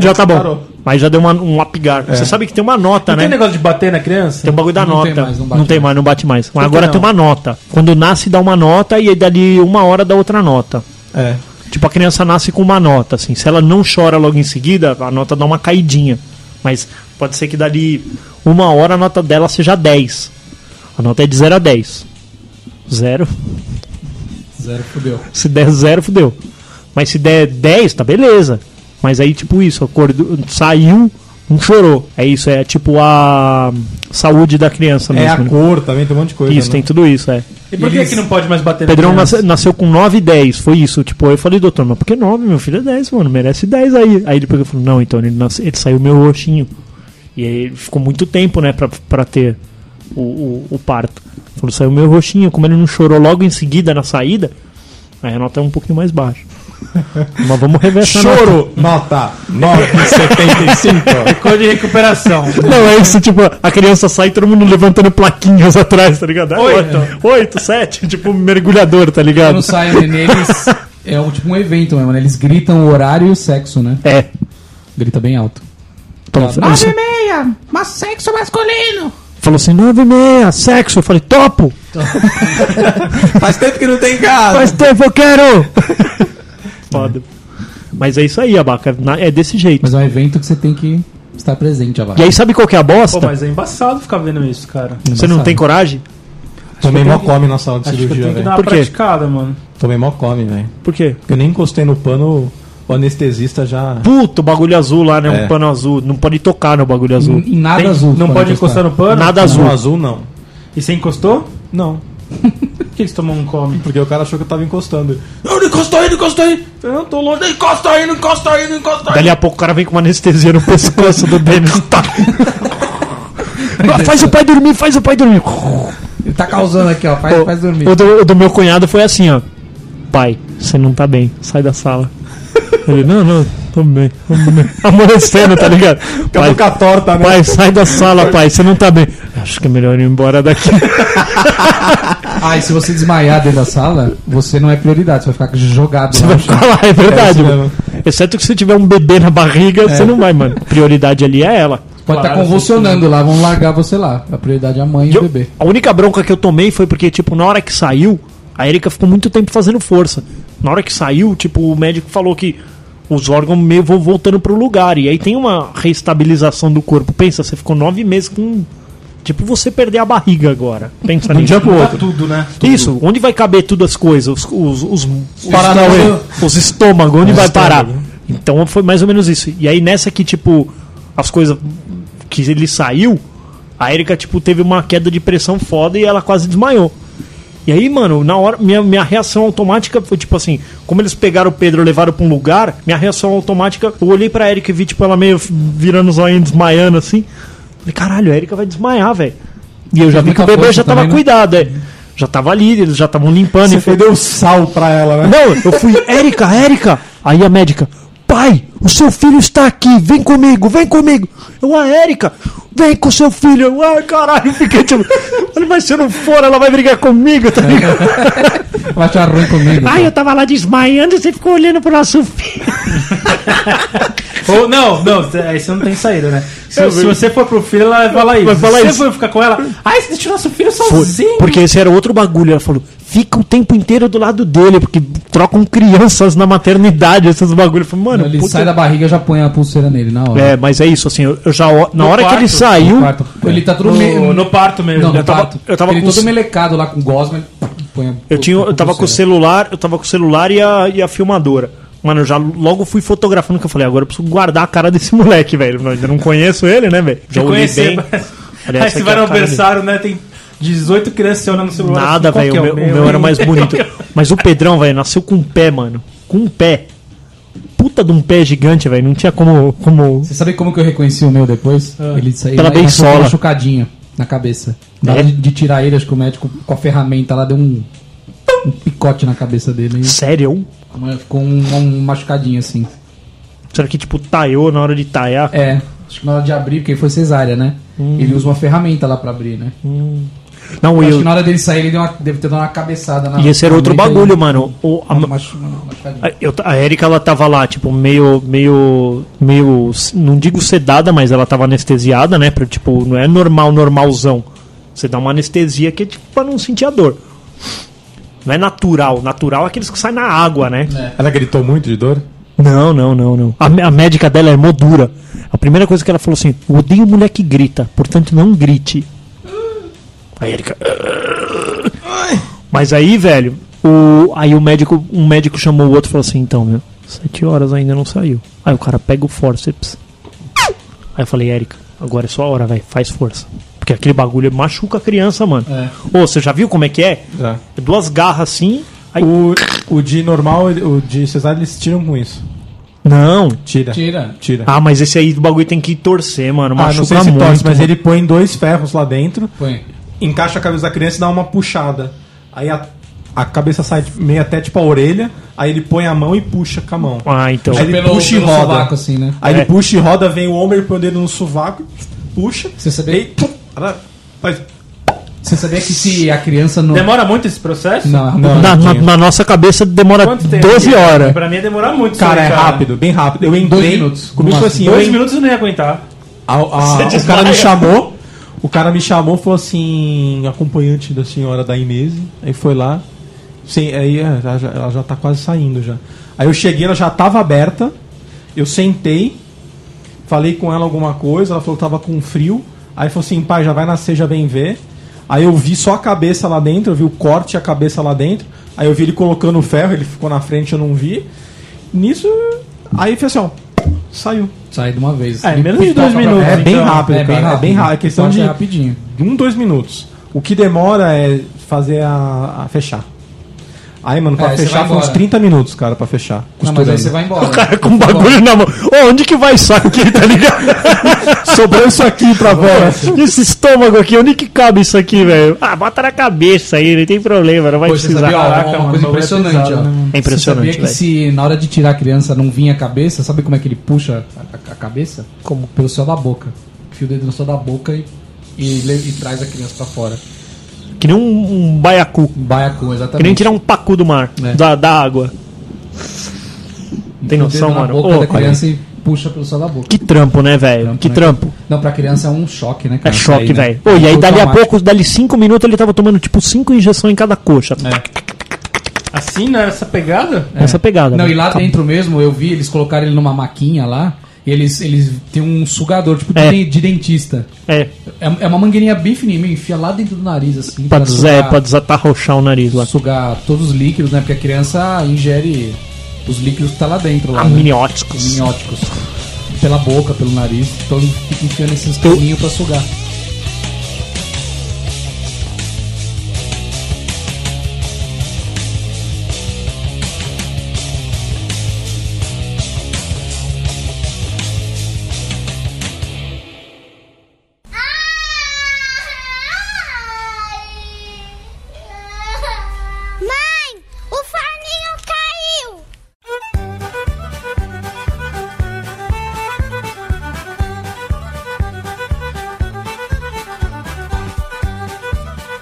C: Já tá bom.
A: parou.
C: Mas já deu uma- um apigar. Você sabe que tem uma nota,
D: Tem
C: né?
D: negócio de bater na criança?
C: Tem um bagulho da
B: Não
C: nota.
B: tem mais, não bate
C: não tem
B: mais.
C: mais, não bate mais. Mas agora
D: não?
C: tem uma nota. Quando nasce, dá uma nota e aí dali uma hora dá outra nota.
A: É.
C: Tipo, a criança nasce com uma nota, assim. Se ela não chora logo em seguida, a nota dá uma caidinha. Mas pode ser que dali uma hora a nota dela seja 10. A nota é de 0 a 10. Zero.
B: Zero fudeu.
C: Se der zero, fudeu. Mas se der 10, tá beleza. Mas aí, tipo isso, acordou, saiu, não chorou. É isso, é tipo a saúde da criança
A: É a
C: mesmo. né?
A: cor também, tem um monte de coisa.
C: Isso,
A: né?
C: tem tudo isso, é.
D: E por que,
B: Eles-
D: que não pode mais bater
C: Pedrão
D: na
C: nasce-
D: criança?
C: nasceu, com 9 e 10, foi isso. Tipo, aí eu falei, doutor, mas por que 9? Meu filho é 10, mano, merece 10 aí. Aí ele pegou e falou, não, então ele, nasce, ele saiu meu roxinho. E aí ele ficou muito tempo, né, pra, pra ter o, o, o parto. Ele Falou, saiu meu roxinho, como ele não chorou logo em seguida na saída, aí a nota é um pouquinho mais baixa. mas vamos reversar a nota.
A: Choro! Nota 9,75.
D: Cor de recuperação.
C: Não, é isso, tipo, a criança sai todo mundo levantando plaquinhas atrás, tá ligado?
D: Oito.
C: 8, 7, tipo mergulhador, tá ligado?
B: Quando sai o nenê, eles. É um, tipo um evento mesmo, né? Eles gritam o horário e o sexo, né?
C: É.
B: Grita bem alto.
C: Então, isso-
B: meia! Mas sexo masculino!
C: Falou assim, nove e meia, sexo. Eu falei, topo,
A: Faz tempo que não tem casa.
C: faz tempo, eu quero. Ah. Foda. Mas é isso aí, Abaca. na- É desse jeito.
B: Mas é um evento que você tem que estar presente, Abaca.
C: E aí, sabe qual que é a bosta?
D: Pô, mas é embaçado ficar vendo isso, cara.
C: Você não
B: Embaçado.
C: tem coragem?
A: Tomei
D: que eu
A: mó
D: tenho que-
A: come na sala de
D: Acho que eu
A: cirurgia,
D: tenho que
A: velho.
D: dar uma
C: Por quê?
D: praticada, mano.
A: Tomei mó come, velho.
C: Por quê?
A: Eu nem encostei no pano, o anestesista já.
C: Puto, bagulho azul lá, né?
A: É.
C: Um pano azul. Não pode tocar no bagulho azul.
B: Em nada
D: Tem-
B: azul.
D: não pode encostar no pano?
C: Nada azul.
A: No azul, não.
D: E você encostou?
A: Não.
D: Por que eles tomam um come?
A: Porque o cara achou que eu tava encostando. Eu não encosto aí, não encosto aí! Eu falei, não tô longe, não encosta aí, não encosta aí, não encosta aí!
C: Dali a pouco o cara vem com uma anestesia no pescoço do Denis. Tá. Ah, faz o pai dormir, faz o pai dormir.
B: Ele tá causando aqui, ó. Faz, faz dormir.
C: O do, o do meu cunhado foi assim, ó. Pai, você não tá bem, sai da sala. Ele, não, não, tô bem, tô bem. Amolecendo, tá ligado?
A: Com a
C: Pai,
A: boca torta, né?
C: pai, sai da sala, pai, você não tá bem. Acho que é melhor ir embora daqui.
B: Ah, e se você desmaiar dentro da sala, você não é prioridade. Você vai ficar jogado
C: Você
B: lá
C: vai
B: no chão.
C: ficar lá, é verdade.
A: É isso
C: mano. Exceto que se tiver um bebê na barriga, você não vai, mano. A prioridade ali é ela.
B: Pode estar convulsionando lá, vão largar você lá. A prioridade é a mãe e
C: Eu-
B: o bebê.
C: a única bronca que eu tomei foi porque, tipo, na hora que saiu, a Erika ficou muito tempo fazendo força. Na hora que saiu, tipo, o médico falou que os órgãos meio vão voltando pro lugar. E aí tem uma reestabilização do corpo. Pensa, você ficou nove meses com. Tipo, você perder a barriga agora. Pensa nisso.
D: Dá tudo, né?
C: Isso, onde vai caber todas as coisas? Os, os, os,
A: Paranauê.
C: os estômagos, onde vai
A: estômago.
C: parar? Então foi mais ou menos isso. E aí nessa que, tipo, as coisas que ele saiu, a Erika, tipo, teve uma queda de pressão foda e ela quase desmaiou. E aí, mano, na hora, minha, minha reação automática foi tipo assim: como eles pegaram o Pedro e levaram pra um lugar, minha reação automática, eu olhei pra Erika e vi, tipo, ela meio f- virando os olhinhos, desmaiando assim. Falei, caralho, a Erika vai desmaiar, velho. E eu já vi que
B: Muita
C: o bebê
B: força
C: já tava
B: também, né?
C: cuidado, é. Já tava ali, eles já estavam limpando.
A: Você
C: e foi-
A: foi deu um sal pra ela, né?
C: Não, eu fui, Érica, Érica. Aí a médica, pai, o seu filho está aqui, vem comigo, vem comigo. Eu, a Érica, vem com seu filho. Eu, ai, caralho, fiquei tipo, falei, mas se eu não for, ela vai brigar comigo, tá ligado?
B: Vai achar ruim comigo.
C: Ai, eu tava lá desmaiando e você ficou olhando pro nosso filho.
D: Ou não, não, cê- aí você não tem saída, né? Se, se você for pro filho, ela vai falar isso.
C: Vai falar
D: se
C: isso.
D: você for ficar com ela, ai, você deixou nosso filho sozinho.
C: Porque esse era outro bagulho. Ela falou, fica o tempo inteiro do lado dele, porque trocam crianças na maternidade, esses bagulhos. Eu falei, mano,
B: Ele
C: puta-
B: sai da barriga e já põe a pulseira nele na hora.
C: É, mas é isso, assim, eu eu já, na
D: No
C: hora que ele
D: quarto,
C: saiu,
B: Quarto. Ele tá todo
D: No,
B: meio.
D: no parto mesmo. né?
B: Não, no
C: eu tava-
B: quarto.
C: eu tava
B: ele
C: com
B: todo
C: os-
B: melecado lá com gosma. ele põe a-
C: Eu, tinha,
B: põe
C: eu
B: a
C: tava com o
B: pulseira.
C: celular, eu tava com o celular e a, e a filmadora. Mano, eu já logo fui fotografando que eu falei, agora eu preciso guardar a cara desse moleque, velho. Eu ainda não conheço ele, né, velho? Já
D: Te
C: olhei
D: conhecer,
C: bem.
D: mas-
C: Falei,
D: Aí
C: essa
D: você
C: aqui
D: vai
C: é a
D: no
C: cara
D: berçário, né? Tem 18 crianças olhando no
C: dele.
D: celular.
C: Nada,
D: Qual
C: velho.
D: que
C: O
D: é
C: meu, o meu era mais bonito. Mas o Pedrão, velho, nasceu com um pé, mano. Com um pé. Puta de um pé gigante, velho. Não tinha como. como...
B: Você sabe como que eu reconheci o meu depois?
C: Ah.
B: Ele saiu
C: Pela
B: ele nasceu com
C: beisola.
B: uma machucadinha na cabeça. Na hora
C: É?
B: de, de tirar ele, acho que o médico com a ferramenta lá deu um, um picote na cabeça dele. e
C: Sério?
B: a mulher Ficou um, um machucadinho assim.
C: Será que, tipo, taiou na hora de taiar?
B: É, acho que na hora de abrir, porque foi cesárea, né? Ele usa uma ferramenta lá pra abrir, né?
C: Não,
B: Acho
C: Hum. eu.
B: que Ah, na hora dele sair, ele deu uma- deve ter dado uma cabeçada na
C: E esse era outro
B: ferramenta
C: bagulho,
B: e-
C: mano. O, a,
B: uma machu- uma machucadinha.
C: A- Ah, Eu, ta- a Erika, ela tava lá, tipo, meio, meio, meio, s- não digo sedada, mas ela tava anestesiada, né? Pra, tipo, não é normal, normalzão. Você dá uma anestesia que é, tipo, pra não sentir a dor. Não é natural. Natural é aqueles que saem na água, né?
A: Ela gritou muito de dor?
C: Não, não, não, não. A, mé- a médica dela é mó dura. A primeira coisa que ela falou assim: eu odeio mulher que grita, portanto não grite. A Erika. Mas aí, velho, o, aí o médico, um médico chamou o outro e falou assim: então, meu, sete horas ainda não saiu. Aí o cara pega o forceps. Aí eu falei: Erika, agora é sua hora, velho, faz força. Porque aquele bagulho machuca a criança, mano.
B: É.
C: Ô, você já viu como é que é?
A: Já.
C: É Duas garras assim. Aí...
A: O, o de normal, ele- o de cesárea, eles tiram com isso.
C: Não.
A: Tira.
B: Tira.
A: Tira.
C: Ah, mas esse aí do bagulho tem que torcer, mano.
A: Ah,
C: Machuca
A: não sei se
C: muito.
A: torce, mas
C: mano.
A: ele põe dois ferros lá dentro,
B: Põe.
A: encaixa a cabeça da criança e dá uma puxada. Aí a, a cabeça sai de- meio até tipo a orelha, aí ele põe a mão e puxa com a mão.
C: Ah, então.
A: Aí ele puxa e roda.
B: sovaco, assim, né?
A: Aí
C: É.
A: ele puxa e roda, vem o ombro, ele põe o dedo no sovaco, puxa,
B: Você sabia?
A: e pum, ela faz-
B: Você sabia que se a criança não...
D: Demora muito esse processo?
B: Não, é
A: Não.
C: Na, na- na nossa cabeça demora
D: Quanto tempo?
C: 12 horas.
A: tá
D: Pra mim ia demorar muito. Tipo isso
A: Cara,
D: aí,
A: é rápido, bem rápido. Eu entrei.
B: minutos,
A: Comigo
B: no
A: foi assim, eu
D: Dois
A: en-
D: minutos eu não ia aguentar.
A: a- a-
D: Você
A: o cara
D: desmaia.
A: me chamou. O cara me chamou, falou assim, acompanhante da senhora da Inês. Aí foi lá, Sim, aí é, já- já- ela já tá quase saindo já. Aí eu cheguei, ela já tava aberta. Eu sentei, falei com ela alguma coisa, ela falou que tava com frio. Aí falou assim, pai, já vai nascer, já vem ver. Aí eu vi só a cabeça lá dentro, eu vi o corte e a cabeça lá dentro. Aí eu vi ele colocando o ferro, ele ficou na frente, eu não vi. Nisso, aí fez assim, ó, saiu.
B: Sai de uma vez.
D: É,
B: Ele
D: menos de
B: pipoca
D: dois
B: pra
D: minutos,
B: cá.
A: É bem
D: Então,
A: rápido,
B: é
A: cara.
B: bem
A: É bem
B: rápido.
A: rápido. É questão
B: Então,
A: de
B: é rapidinho.
A: de um, dois minutos. O que demora é fazer a, a fechar. Aí, mano, pra
B: É, aí você
A: fechar
B: vai
A: foi uns
B: embora.
A: 30 minutos, cara, pra fechar.
B: Não, mas
A: costurando.
B: aí você vai embora.
C: O cara com um bagulho na mão. Ô, onde que vai isso aqui, tá ligado?
A: Sobrou isso aqui pra fora.
C: Esse estômago aqui, onde que cabe isso aqui, velho? Ah, bota na cabeça aí, não tem problema, não vai
B: Pô, você
C: precisar.
B: sabia, ó,
D: Caraca,
B: uma
D: mano,
B: né? coisa
D: o bagulho é
B: impressionante,
D: pesado,
B: ó.
D: né, mano?
C: É impressionante,
B: Você sabia
C: velho.
B: que se na hora de tirar a criança não vinha a cabeça, sabe como é que ele puxa a, a- a cabeça?
C: Como?
B: Pelo céu da boca. Fio o dedo no céu da boca e, e, le- e traz a criança pra fora.
C: Que nem um, um baiacu.
B: Um Baiacu,
C: Que nem
B: exatamente.
C: tirar um pacu do mar,
B: É.
C: da, da água.
B: Fio
C: Tem
B: o
C: um- noção,
B: dedo na
C: mano?
B: boca
C: Ô,
B: da criança e puxa pelo céu da boca.
C: Que trampo, né, velho?
B: Trampo,
C: Que
B: né?
C: trampo.
B: Não, pra criança é um choque, né,
C: É
B: cara? Isso
C: choque,
B: aí, né?
C: velho. Pô, e aí
B: Muito
C: dali a
B: traumático.
C: pouco, dali cinco minutos, ele tava tomando tipo cinco injeções em cada coxa.
D: Assim, né? Essa pegada?
C: É. Essa pegada. né?
B: Não,
C: velho.
B: e lá dentro mesmo, eu vi, eles colocaram ele numa maquinha lá, e eles, eles têm um sugador, tipo de
C: É.
B: den- de dentista.
C: É,
B: É, é uma mangueirinha bem fininha, meio enfia lá dentro do nariz, assim.
C: pra,
B: pra
C: des é,
B: sugar-
C: pra desatarrochar o nariz lá.
B: sugar todos os líquidos, né? Porque a criança ingere os líquidos que tá lá dentro,
C: Ah,
B: lá, né?
C: Amnióticos.
B: Amnióticos. Pela boca, pelo nariz. Então ele fica enfiando esses
C: Eu-
B: tuninhos pra sugar.
E: Mãe, o forninho caiu!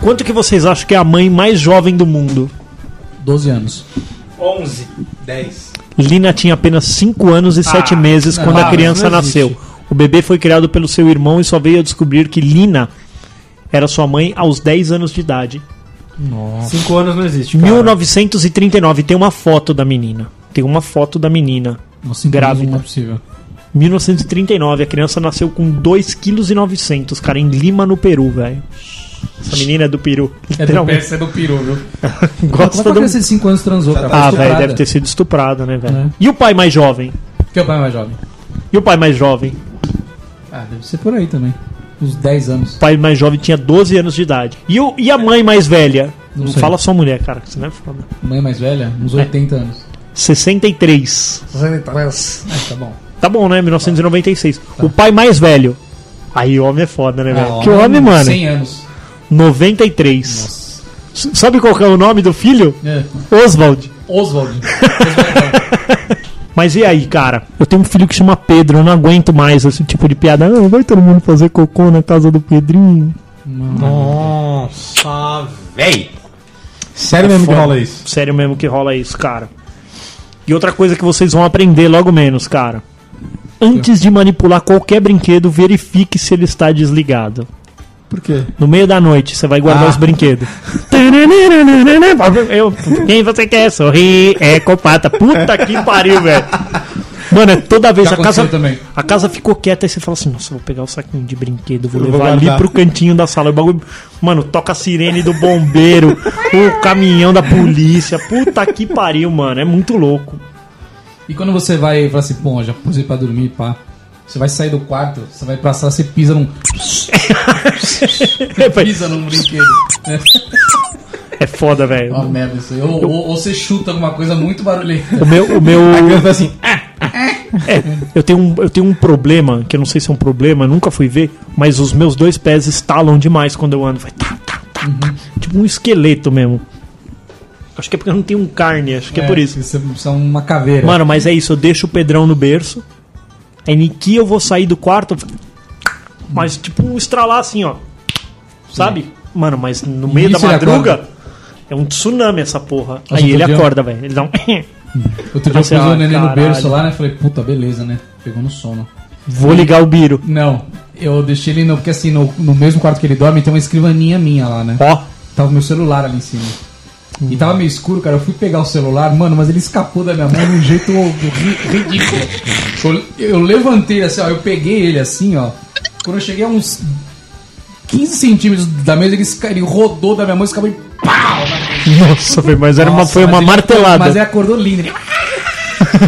C: Quanto que vocês acham que é a mãe mais jovem do mundo?
B: 12 anos.
D: 11.
A: 10.
C: Lina tinha apenas 5 anos e 7 meses
D: não,
C: quando a
D: não,
C: criança
D: isso não existe.
C: nasceu. O bebê foi criado pelo seu irmão e só veio a descobrir que Lina era sua mãe aos 10 anos de idade.
D: 5 anos não existe. cara.
C: 1939, tem uma foto da menina. Tem uma foto da menina.
B: Nossa,
C: Grávida.
B: Não é possível.
C: 1939, a criança nasceu com 2,9 kg, cara, em Lima, no Peru, velho. Essa menina é do Peru,
B: É do,
C: literalmente.
B: pé, é do peru, viu? tá Como é que
C: Gosta
B: a
C: do...
B: criança de 5 anos transou, cara? Foi
C: um Ah, velho,
B: estuprada.
C: deve ter sido estuprada, né, velho?
B: É.
C: E o pai mais jovem?
B: Que é o pai mais jovem.
C: E o pai mais jovem?
B: Ah, deve ser por aí também. Uns 10 anos.
C: O pai mais jovem tinha 12 anos de idade. E, o, e a mãe mais velha? Não,
B: Não sei.
C: fala só mulher, cara, que isso não é foda.
B: Mãe mais velha? Uns
C: É.
B: 80 anos.
C: 63.
B: Ah, tá bom.
C: Tá bom, né? 1996. O pai mais velho. Aí homem é foda, né, velho?
B: Ah,
C: que homem, mano?
B: 100 anos.
C: 93.
B: Nossa.
C: S- Sabe qual que é o nome do filho?
B: É.
C: Oswald.
B: Oswald.
C: Mas e aí, cara? Eu tenho um filho que chama Pedro, eu não aguento mais esse tipo de piada. Ah, vai todo mundo fazer cocô na casa do Pedrinho.
A: Nossa, véi. Sério mesmo que
C: Foda.
A: rola isso?
C: Sério mesmo que rola isso, cara. E outra coisa que vocês vão aprender logo menos, cara. Antes de manipular qualquer brinquedo, verifique se ele está desligado.
A: Por quê?
C: No meio da noite, você vai guardar
A: Ah.
C: os brinquedos. Eu, quem você quer? Sorri, é copata. Puta que pariu, velho. Mano, é toda vez
B: Já
C: a casa,
B: aconteceu também.
C: a casa ficou quieta e você fala assim: Nossa, eu vou pegar o saquinho de brinquedo, vou
A: Eu vou
C: levar ali
A: guardar.
C: pro cantinho da sala. O bagulho, mano, toca a sirene do bombeiro, o caminhão da polícia. Puta que pariu, mano. É muito louco.
B: E quando você vai falar assim, pô, já pusei pra dormir, pá. Você vai sair do quarto, você vai passar, você pisa num.
A: É
B: Pisa num brinquedo.
C: É foda,
B: É uma
C: velho.
B: merda isso aí. Ou, ou- ou você chuta alguma coisa muito barulhenta.
C: O meu, o meu,
A: A criança vai assim, ah,
C: eu, tenho um, eu tenho um problema, que eu não sei se é um problema, nunca fui ver, mas os meus dois pés estalam demais quando eu ando. Vai, tá, tá, tá, tá. Tipo um esqueleto mesmo. Acho que é porque eu não tenho carne, acho que é por isso.
B: Você você é uma caveira.
C: Mano, mas é isso, eu deixo o Pedrão no berço. Aí em que eu vou sair do quarto. Mas tipo um estralar assim, ó. Sabe? Mano, mas no meio
B: Nisso
C: da
B: ele
C: madruga é um tsunami essa porra.
B: Nossa,
C: Aí ele
B: outro dia-
C: acorda, velho. Ele dá um.
B: Outro dia eu
C: Você,
B: pus
C: ah,
B: o neném no
C: caralho.
B: berço lá, né? Falei, puta, beleza, né? Pegou no sono.
C: Vou ligar o biro.
B: Não, eu deixei ele no. Porque assim, no, no mesmo quarto que ele dorme tem uma escrivaninha minha lá, né?
C: Ó.
B: Tava meu celular ali em cima. E tava meio escuro, cara. Eu fui pegar o celular, mano, mas ele escapou da minha mão de um jeito ri- ridículo. Eu, eu levantei assim, ó, eu peguei ele assim, ó. Quando eu cheguei a uns 15 centímetros da mesa, ele, esca- ele rodou da minha mão e escapou de
C: Nossa, foi- mas era uma,
B: Nossa,
C: foi uma
B: mas ele-
C: martelada.
B: Mas ele acordou lindo. Ele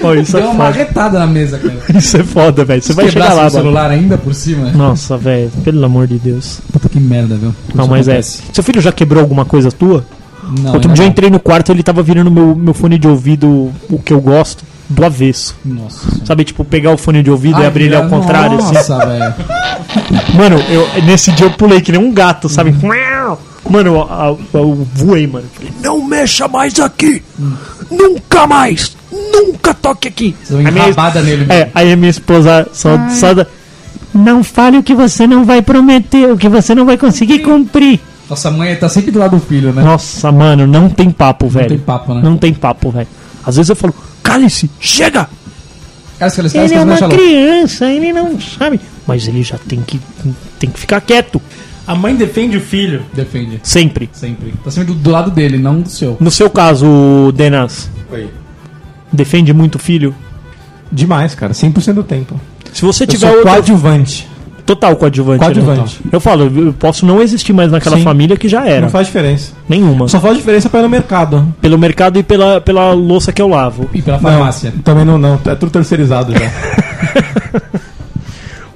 C: Pô, isso, é
B: deu uma
C: foda.
B: marretada na mesa, cara.
C: isso é foda, velho. Você vai chegar
B: Quebrasse
C: lá,
B: meu
C: mano.
B: celular ainda por cima.
C: Nossa, velho, pelo amor de Deus.
B: Puta que merda, viu?
C: Não,
B: Isso
C: mas
B: acontece.
C: é. Seu filho já quebrou alguma coisa tua?
B: Não,
C: Outro
B: ainda
C: dia eu
B: não.
C: entrei no quarto ele tava virando meu, meu fone de ouvido, o que eu gosto, do avesso.
B: Nossa. senhora.
C: Sabe, tipo, pegar o fone de ouvido e
B: Ai,
C: abrir ele ao
B: nossa,
C: contrário, assim.
B: Nossa, velho.
C: Mano, eu, nesse dia eu pulei que nem um gato, sabe? Miau.
B: Hum.
C: Mano, eu, eu- eu voei, mano. Falei, Não mexa mais aqui! Nunca mais! Nunca toque aqui!
B: Você deu uma
C: A minha-
B: enrabada nele,
C: É,
B: velho.
C: aí a minha esposa só, só da- Não fale o que você não vai prometer, o que você não vai conseguir cumprir.
B: Nossa, a mãe tá sempre do lado do filho, né?
C: Nossa, mano, não tem papo, velho.
B: tem papo, né?
C: Não tem papo, velho. Às vezes eu falo, cale-se, chega!
B: Cara, se eles- cara, se
C: Ele
B: eles
C: é uma
B: deixam louco.
C: criança, ele não sabe. Mas ele já tem que, tem que ficar quieto,
D: A mãe defende o filho.
B: Defende.
C: sempre.
B: Sempre. Tá sempre do, do lado dele, não do seu.
C: No seu caso, Denas,
A: Oi.
C: defende muito o filho?
A: Demais, cara. 100% do tempo.
C: Se você
A: Eu
C: tiver
A: sou
C: outro...
A: coadjuvante.
C: Total coadjuvante. né?
A: Coadjuvante.
C: Eu falo, eu posso não existir mais naquela
A: Sim.
C: família que já era.
A: Não faz diferença.
C: Nenhuma.
A: Só faz diferença pra ir no mercado.
C: Pelo mercado e pela, pela louça que eu lavo.
B: E pela farmácia.
A: Não, também não, não. É tudo terceirizado já.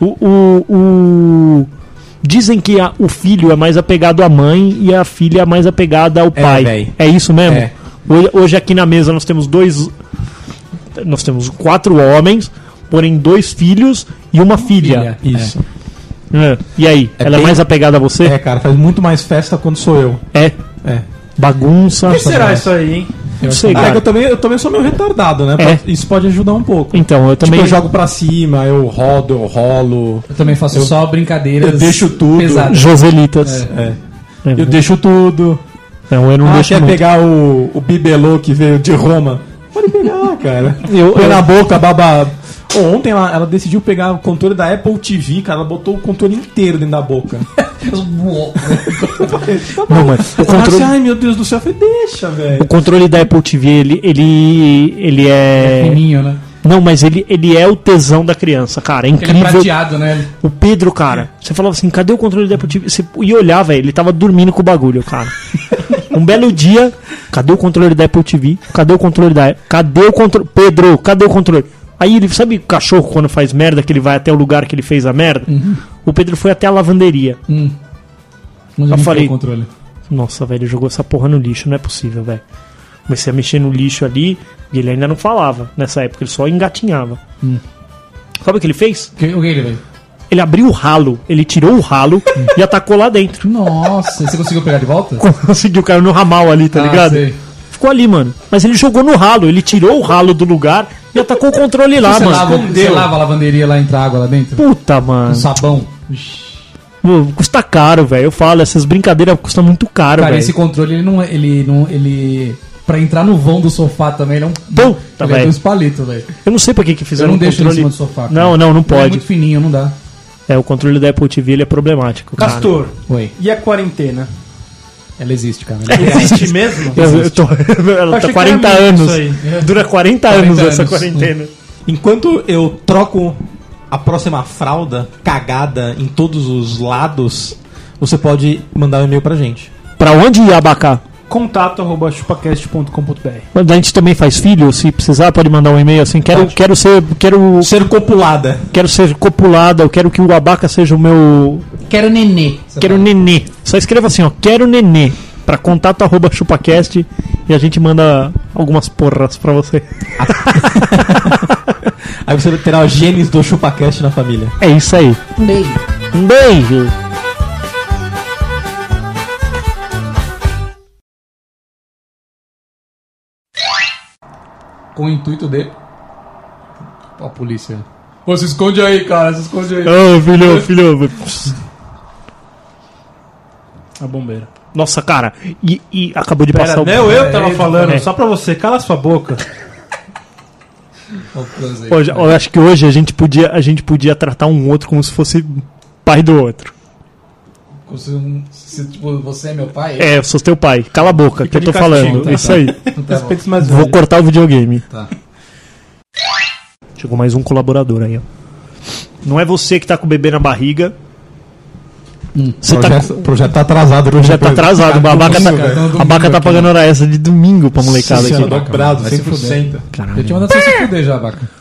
C: O, o, o- Dizem que a- o filho é mais apegado à mãe e a filha é mais apegada ao pai.
A: véi.
C: É, isso mesmo?
A: É.
C: Hoje, hoje aqui na mesa nós temos dois. Nós temos quatro homens, porém dois filhos e uma filha.
A: Isso.
C: É. E aí?
A: É
C: ela é
A: bem-
C: mais apegada a você?
A: É, cara, faz muito mais festa quando sou eu.
C: É.
A: É.
C: Bagunça.
D: O que será isso aí, hein?
C: Não
A: Ah,
C: sei,
A: é que eu
C: cara.
A: também, eu também sou meio retardado, né?
C: É.
A: Isso pode ajudar um pouco.
C: Então, eu também.
A: Tipo, eu jogo pra cima, eu rodo, eu rolo.
B: Eu também faço só brincadeiras.
A: eu deixo tudo.
B: Pesadas.
C: Joselitas.
A: É.
C: É,
A: Eu deixo tudo.
C: Não, eu não
A: Ah,
C: deixo.
A: quer
C: muito.
A: pegar o, o bibelô que veio de Roma? Pode pegar, cara.
C: Eu-
A: Põe
C: eu-
A: na boca, baba. Ô, ontem ela, ela decidiu pegar o controle da Apple TV, cara. Ela botou o controle inteiro dentro da boca. tá bom.
C: Não, mano, o
A: Ela
C: controle-
A: disse, Ai, meu Deus do céu. Eu falei, deixa,
C: O
A: velho.
C: controle da Apple TV, ele, ele, ele é.
B: Fininho, né?
C: Não, mas ele, ele é o tesão da criança, cara. É
B: Aquele
C: incrível.
B: prateado, né?
C: O Pedro, cara, você falava assim, cadê o controle da Apple TV? Você ia olhar, velho, ele tava dormindo com o bagulho, cara. um belo dia, cadê o controle da Apple TV? Cadê o controle da Cadê o controle? Pedro, cadê o controle? Aí ele, sabe o cachorro quando faz merda, que ele vai até o lugar que ele fez a merda? O Pedro foi até a lavanderia.
B: Hum. Onde
C: Eu
B: ele
C: falei-
B: enfiou o controle?
C: Nossa, velho, ele jogou essa porra no lixo, não é possível, velho. Comecei a mexer no lixo ali e ele ainda não falava nessa época, ele só engatinhava. Sabe o que ele fez?
B: Que- O que ele, velho?
C: Ele abriu o ralo, ele tirou o ralo e atacou lá dentro.
B: Nossa, você conseguiu pegar de volta?
C: Conseguiu, caiu no ramal ali, tá
B: Ah,
C: ligado?
B: sei.
C: Ficou ali, mano. Mas ele jogou no ralo, ele tirou o ralo do lugar e atacou o controle lá,
B: você,
C: Tá, mano.
B: lava, você
C: Escondeu.
B: lava a lavanderia lá, entra água lá dentro?
C: Puta, mano.
B: Com sabão? Ixi.
C: Pô, Custa caro, velho. Eu falo, essas brincadeiras custam muito caro,
B: Cara,
C: velho.
B: esse controle, ele não. é- Ele não. Ele. Pra entrar no vão do sofá também, ele é um.
C: Puta,
B: ele é
C: velho.
B: dois palitos, velho.
C: Eu não sei pra que que fizeram
B: Eu não
C: um
B: deixo ele em cima do sofá, cara.
C: Não, não, não
B: Ele É
C: pode.
B: muito fininho, não dá.
C: É, o controle da Apple TV ele é problemático, cara.
D: Castor,
B: Oi.
D: e a quarentena?
B: Ela existe, cara.
D: Existe mesmo?
C: Eu, eu tô, ela tá
D: Achei que
C: 40
D: era mito
C: anos.
D: isso aí. É.
C: Dura
B: 40
C: 40, anos essa
B: anos.
C: quarentena.
A: Enquanto eu troco a próxima fralda cagada em todos os lados, você pode mandar um e-mail pra gente.
C: Pra onde ir abacar?
D: Contato arroba chupacast.com.br
C: A gente também faz filho, se precisar, pode mandar um e-mail assim. Quero,
A: Pode.
C: quero ser. Quero,
A: Ser copulada.
C: quero ser copulada, eu quero que o abaca seja o meu.
B: Quero nenê.
D: Tá
C: Quero nenê. Só escreva assim, ó, quero nenê. Pra contato arroba chupacast e a gente manda algumas porras pra você.
A: Aí você terá os genes do ChupaCast na família.
C: É isso aí.
B: um beijo.
C: Um beijo!
B: Com o intuito de. Ó, a polícia. Ô, se esconde aí, cara, se esconde aí.
C: Ô, filho, filho.
D: A bombeira.
C: Nossa, cara, e, e acabou de
D: Pera,
C: passar
D: não, eu tava
B: É,
D: falando,
C: é.
D: só pra você, cala sua boca.
B: Ó, o trans aí.
C: Hoje, eu acho que hoje a gente, podia, a gente podia tratar um outro como se fosse pai do outro.
B: Como se, um- se, tipo, você é meu pai?
C: É, eu sou teu pai. Cala a boca, que
D: Fica
C: eu tô
D: de castigo,
C: falando.
D: tá?
C: Isso aí.
B: Não tá bom.
D: Aspectos mais
C: Vou
D: velhos.
C: cortar o videogame.
B: Tá.
C: Chegou mais um colaborador aí, ó. Não é você que tá com o bebê na barriga. Você tá
F: projeto, o projeto tá atrasado.
C: Já tá atrasado, a babaca tá,
A: domingo, velho.
C: a babaca tá pagando hora essa de domingo pra molecada
A: Senhora,
C: aqui.
A: dobrado,
B: Vai se fuder.
A: 100%.
C: Caralho.
B: Eu tinha mandado você se fuder já, vaca.